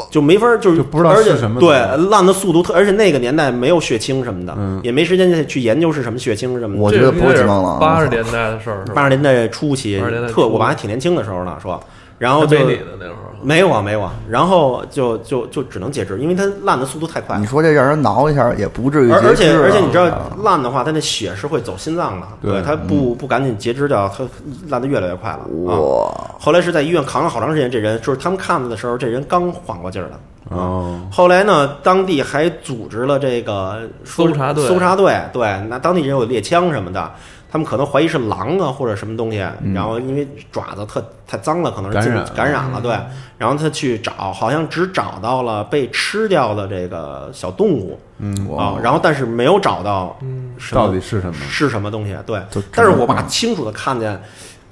就没法就是就不知道而且是什么对毒烂的速度特，而且那个年代没有血清什么的，嗯也没时间去研究是什么血清什么的。我觉得不是金刚狼，八十年代的事儿是吧？八十年代初期80年代，初特我爸还挺年轻的时候呢，说，然后还就没你的那会儿，没有啊没有啊，然后就就就只能截肢，因为它烂的速度太快你。说这让人挠一下也不至于而而截且肢啊而且你知道烂的话，它那血是会走心脏的，对嗯对，它不不赶紧截肢掉，它烂的越来越快了。啊，哇，后来是在医院扛了好长时间，这人就是他们看的时候，这人刚缓过劲儿来。哦，后来呢，当地还组织了这个说搜查队搜查队对，那当地人有猎枪什么的，他们可能怀疑是狼啊或者什么东西，然后因为爪子特太脏了，可能是进嗯感染感染嗯了了，对，然后他去找，好像只找到了被吃掉的这个小动物，嗯啊，然后但是没有找到什么嗯哦到底是什么？是什么东西，对就，但是我爸清楚的看见。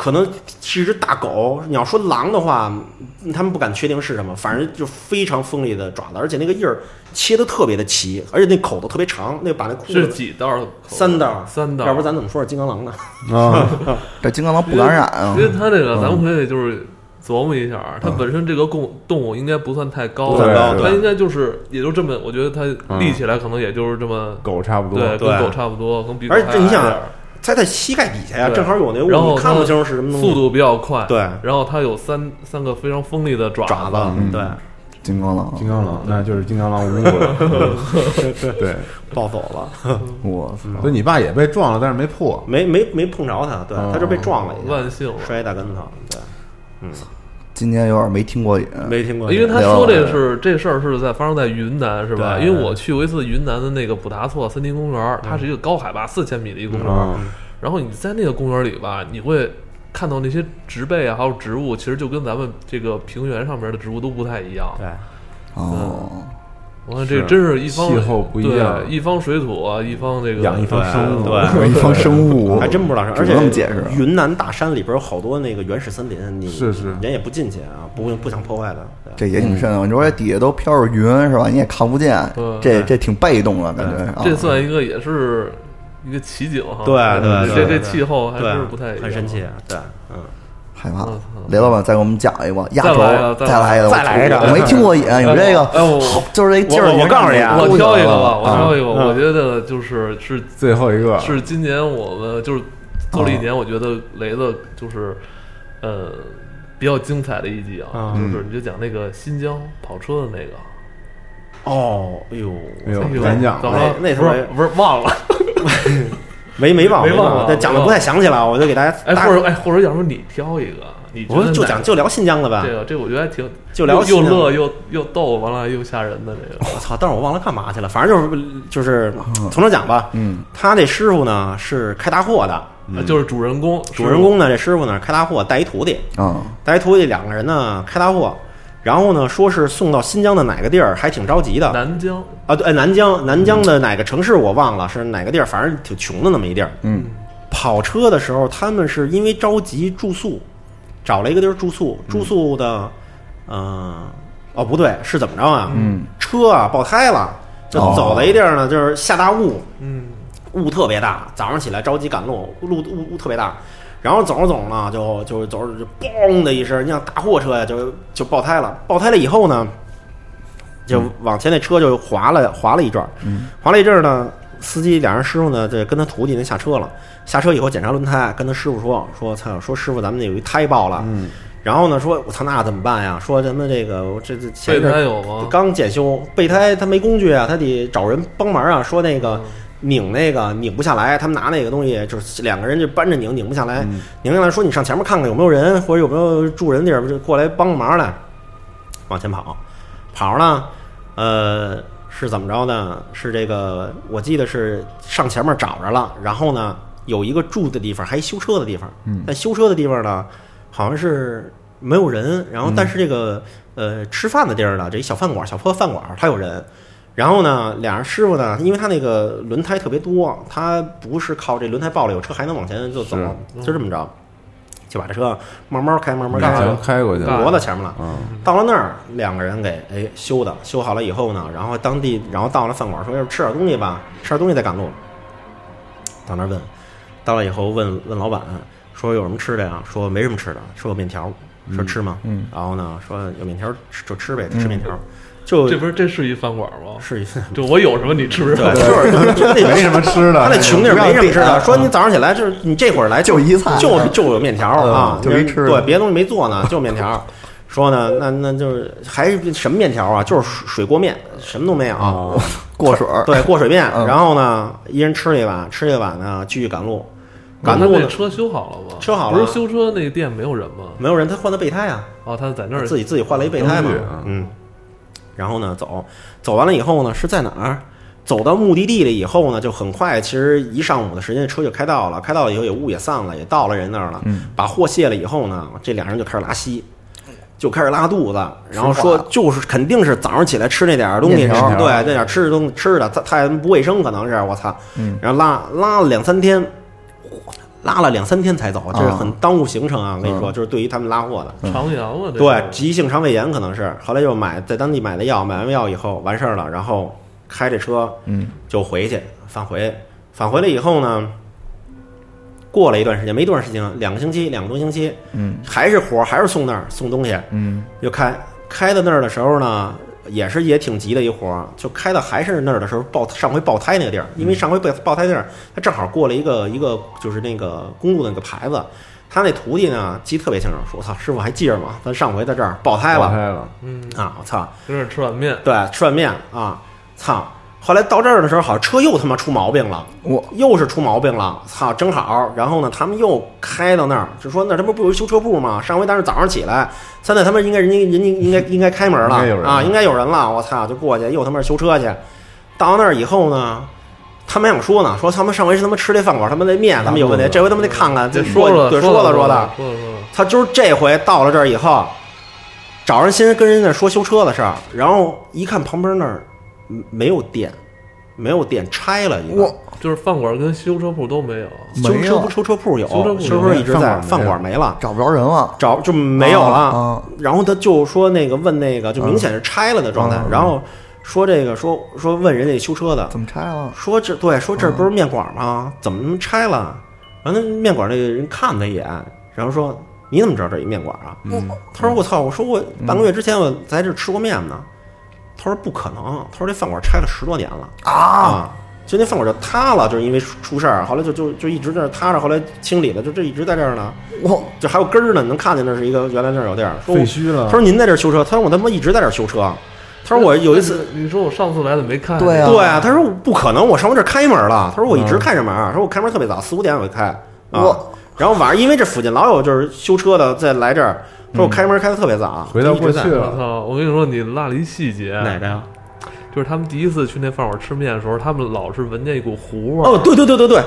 可能是一只大狗。你要说狼的话，嗯他们不敢确定是什么，反正就非常锋利的爪子，而且那个印儿切的特别的齐，而且那口子特别长，那把那裤是子几道口？三道三道。要不咱怎么说是金刚狼呢？ 啊，这金刚狼不感染啊因，为它这个，咱们可以就是琢磨一下，它本身这个动动物应该不算太高，不算高它对应该就是也就这么，我觉得它立起来可能也就是这么， 狗差不多，对，对跟狗差不多，跟比狗而且还矮你想点儿在他膝盖底下呀，对正好有那然后雾，你看不清楚是什么东西。速度比较快，对然后它有三三个非常锋利的爪爪子，子，对，金刚狼， 金刚狼，那就是金刚狼无辜了。嗯 对，暴走了，我操！所以你爸也被撞了，但是没破。没没没碰着他，对哦他就被撞了一下，万幸了。摔一大跟头，对，今年有点没听过瘾，啊没听过，因为他说这是这事儿是在发生在云南是吧？对因为我去过一次云南的那个普达措森林公园儿，它是一个高海拔四千米的一个公园儿，嗯然后你在那个公园里吧，你会看到那些植被啊，还有植物，其实就跟咱们这个平原上面的植物都不太一样。对，嗯哦，我看这是真是一方气候不一样对一方水土啊，一方这个养一方生物，对一方生物还真不知道是，而只能这么解且释云南大山里边有好多那个原始森林，你是是人也不进去啊，不不想破坏的，对这也挺瘆啊的。你说这底下都飘着云是吧？你也看不见对，这这挺被动的感觉啊。这算一个也是一个奇景哈。对对嗯这对这对这气候还真是对，不太一样啊很神奇，对，嗯，害怕我操。雷老板再给我们讲一个压轴再来一个，再来一个，再来一个我我没听过瘾，有 这个，哎我好，就是这劲儿。我我告诉你啊嗯我挑一个吧，我啊挑一个，我觉得就是是最后一个是今年我们就是做了一啊年，我觉得雷子就是呃比较精彩的一集啊，嗯就是你就讲那个新疆跑车的那个，哦，哎呦，哎呦哎呦咱讲怎么吧了？那那不头是不是忘 了，没没忘没忘忘啊，但讲的没忘不太详细了，我就给大家，哎，大或者哎，或者要不你挑一个，你觉我得说就哪讲就聊新疆的吧这，个，这个我觉得还挺就聊又又新疆乐又又逗，完了又吓人的这个，我操！但是我忘了干嘛去了，反正就是就是从头讲吧。嗯，他那师傅呢是开大货的，嗯啊就是主人公主人公呢这师傅呢是开大货，带一徒弟，啊，带一徒弟两个人呢开大货，然后呢说是送到新疆的哪个地儿，还挺着急的南疆，啊。对，哎南疆南疆的哪个城市我忘了是哪个地儿，反正挺穷的那么一地儿。嗯，跑车的时候，他们是因为着急住宿，找了一个地儿住宿，住宿的，嗯、哦不对，是怎么着啊？嗯，车啊爆胎了，就哦走了一地儿呢，就是下大雾，嗯，雾特别大，早上起来着急赶路，路雾雾特别大，然后走着走着呢，就就走着就嘣的一声，你像大货车呀，就就爆胎了，爆胎了以后呢，就往前那车就滑了滑了一转儿，滑了一阵儿呢，司机俩人师傅呢，这跟他徒弟呢下车了，下车以后检查轮胎，跟他师傅说说操，说师傅咱们那有一胎爆了，嗯，然后呢说我操那怎么办呀？说咱们这个我这这前一备阵儿胎有吗？刚检修备胎，他没工具啊，他得找人帮忙啊。说那嗯个拧那个拧不下来，他们拿那个东西就是两个人就搬着拧，拧不下来，拧下来说你上前面看看有没有人或者有没有住人地儿，就过来帮个忙来。往前跑，跑呢，呃，是怎么着呢？是这个，我记得是上前面找着了，然后呢，有一个住的地方，还有修车的地方，嗯，但修车的地方呢，好像是没有人，然后但是这个、呃吃饭的地儿呢，这一小饭馆，小破饭馆，它有人。然后呢，俩人师傅呢，因为他那个轮胎特别多，他不是靠这轮胎爆了有车还能往前就走，就这么着，就把这车慢慢开，慢慢往开，前开过去了，挪到前面了。嗯，到了那儿，两个人给哎修的，修好了以后呢，然后当地，然后到了饭馆说要哎不吃点东西吧，吃点东西再赶路。到那儿问，到了以后问问老板说有什么吃的呀？说没什么吃的，说有面条，说吃吗？嗯，然后呢说有面条吃就吃呗，就吃面条，就这不是这是一饭馆吗？是一次。就我有什么你吃啊什么， 对，就是那没什么吃的，他那穷地儿没什么吃的，不让点啊说你早上起来就是你这会儿来就一菜啊就就有面条嗯啊，就一吃的对，别的东西没做呢，就面条。说呢，那那就是还是什么面条啊？就是水水锅面，什么都没有。啊，哦过水儿，对，过水面。嗯然后呢，一人吃了一碗，吃了一碗呢，继续赶路。赶嗯那路那呢，车修好了吗？修好了不是修车那店没有人吗？没有人，他换的备胎啊。哦，他在那儿自己自己换了一备胎嘛灯具啊，嗯，然后呢走，走完了以后呢是在哪儿？走到目的地了以后呢，就很快，其实一上午的时间车就开到了，开到了以后也雾也散了，也到了人那儿了，嗯把货卸了以后呢，这俩人就开始拉稀。就开始拉肚子，然后说吃饭就是肯定是早上起来吃那点儿东西，面条对那点儿吃的东嗯西吃的，太太不卫生，可能是我操，然后拉拉了两三天，拉了两三天才走，这是很啊耽误行程啊！我跟你说，就是对于他们拉货的，嗯长阳啊，这对个，急性肠胃炎可能是，后来就买在当地买的药，买完药以后完事儿了，然后开着车，嗯，就回去返回，返回了以后呢，过了一段时间，没多长时间，两个星期，两个多星期，嗯，还是活儿，还是送那儿送东西，嗯就开开到那儿的时候呢，也是也挺急的一活儿，就开到还是那儿的时候爆上回爆胎那个地儿，因为上回爆爆胎地儿，他正好过了一个一个就是那个公路的那个牌子，他那徒弟呢记得特别清楚，说我操，师傅还记着吗？咱上回在这儿爆胎爆了胎了，嗯，啊，我操，跟这儿吃碗面，对，吃碗面啊，操。后来到这儿的时候，好像车又他妈出毛病了，我又是出毛病了，操，正好，然后呢，他们又开到那儿，就说那这不不有修车部吗？上回当时早上起来，现在他们应该人家人家应该应该开门了应该有人啊，了应该有人了，我操，就过去又他妈修车去，到那儿以后呢。他们还想说呢，说他们上回是他妈吃这饭馆他们那面他们有问题，这回他们得看看，这这说了啊对说说了了说说了说了，他就是这回到了这儿以后，找人先跟人家说修车的事儿，然后一看旁边那儿嗯没有店，没有店拆了一个我，就是饭馆跟修车铺都没有，修没修有修车铺有，修车铺车铺一直在，有饭馆没了，找不着人了，找就没有啊了。啊然后他就说那个问那个，就明显是拆了的状态嗯，然后说这个说说问人家修车的，怎么拆了？说这对，说嗯这不是面馆吗？怎么拆了？然后那面馆那个人看了他一眼，然后说：“你怎么知道这一面馆啊？”嗯他说：“我操！我说我半个月之前我在这吃过面呢。”他说：“不可能！”他说：“这饭馆拆了十多年了啊，啊！”就那饭馆就塌了，就是因为出出事儿，后来就就就一直在那儿塌着，后来清理了，就这一直在这儿呢，我就还有根儿呢，你能看见那是一个原来那儿有地儿。说我废墟啊了他，说您在这儿修车，他说我他妈一直在这儿修车，他说我有一次那你，你说我上次来怎么没看见？对啊对啊，他说不可能，我上回这儿开门嗯了。他说我一直开着门，他说我开门特别早，四五点我就开啊我。然后晚上因为这附近老有就是修车的在来这儿，他说我开门开的特别早，嗯回到过去一直在我了，操！我跟你说，你落了一细节，个呀？就是他们第一次去那饭馆吃面的时候，他们老是闻见一股糊味儿。哦，对对对对对，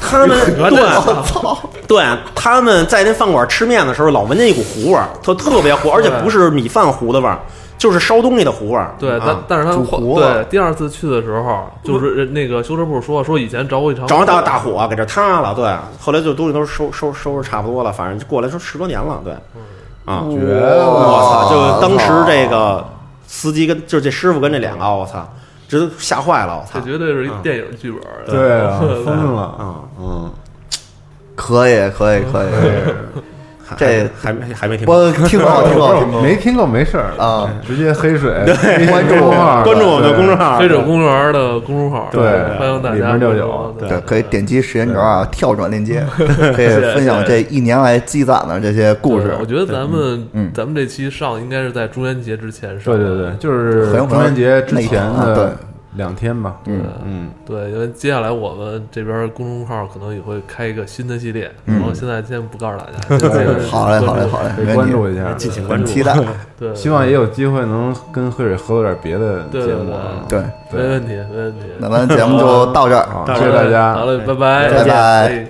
他们我对 对，他们在那饭馆吃面的时候，老闻见一股糊味儿，特特别糊，而且不是米饭糊的味儿，就是烧东西的糊味儿。对，但啊但是他煮们糊对了第二次去的时候，就是人那个修车铺说说以前着过一场着大大火给这塌了，对，后来就东西都收收收拾差不多了，反正就过来说十多年了，对，啊，嗯绝了，我操！就当时这个司机跟就这师傅跟这两个，我操，这都吓坏了，我操这！绝对是一电影剧本儿。对啊，啊、疯了，嗯，可以可以可以，还这还没还没听过。我听过听过听过，没听够没事儿啊，直接黑水，关注我们号，关注我们的公众号，号，飞者公园的公众号，对欢迎大里家面就关注啊有对对，可以点击时间轴啊，跳转链接，可以分享这一年来积攒的这些故对事我。觉得咱们嗯咱们这期上应该是在中元节之前上，呃对对对，就是很有可中能元节之那一前天啊的两天吧，嗯嗯，对，因为接下来我们这边公众号可能也会开一个新的系列，然后现在先不告诉大家，先先 好嘞好嘞好嘞，可以没关问注题，一下，嗯敬请关很注，期待。对，希望也有机会能跟黑水合作点别的对节对目啊，对，没问题没问题，那咱节目就到这儿，好，谢谢大家，好嘞，拜拜，拜拜哎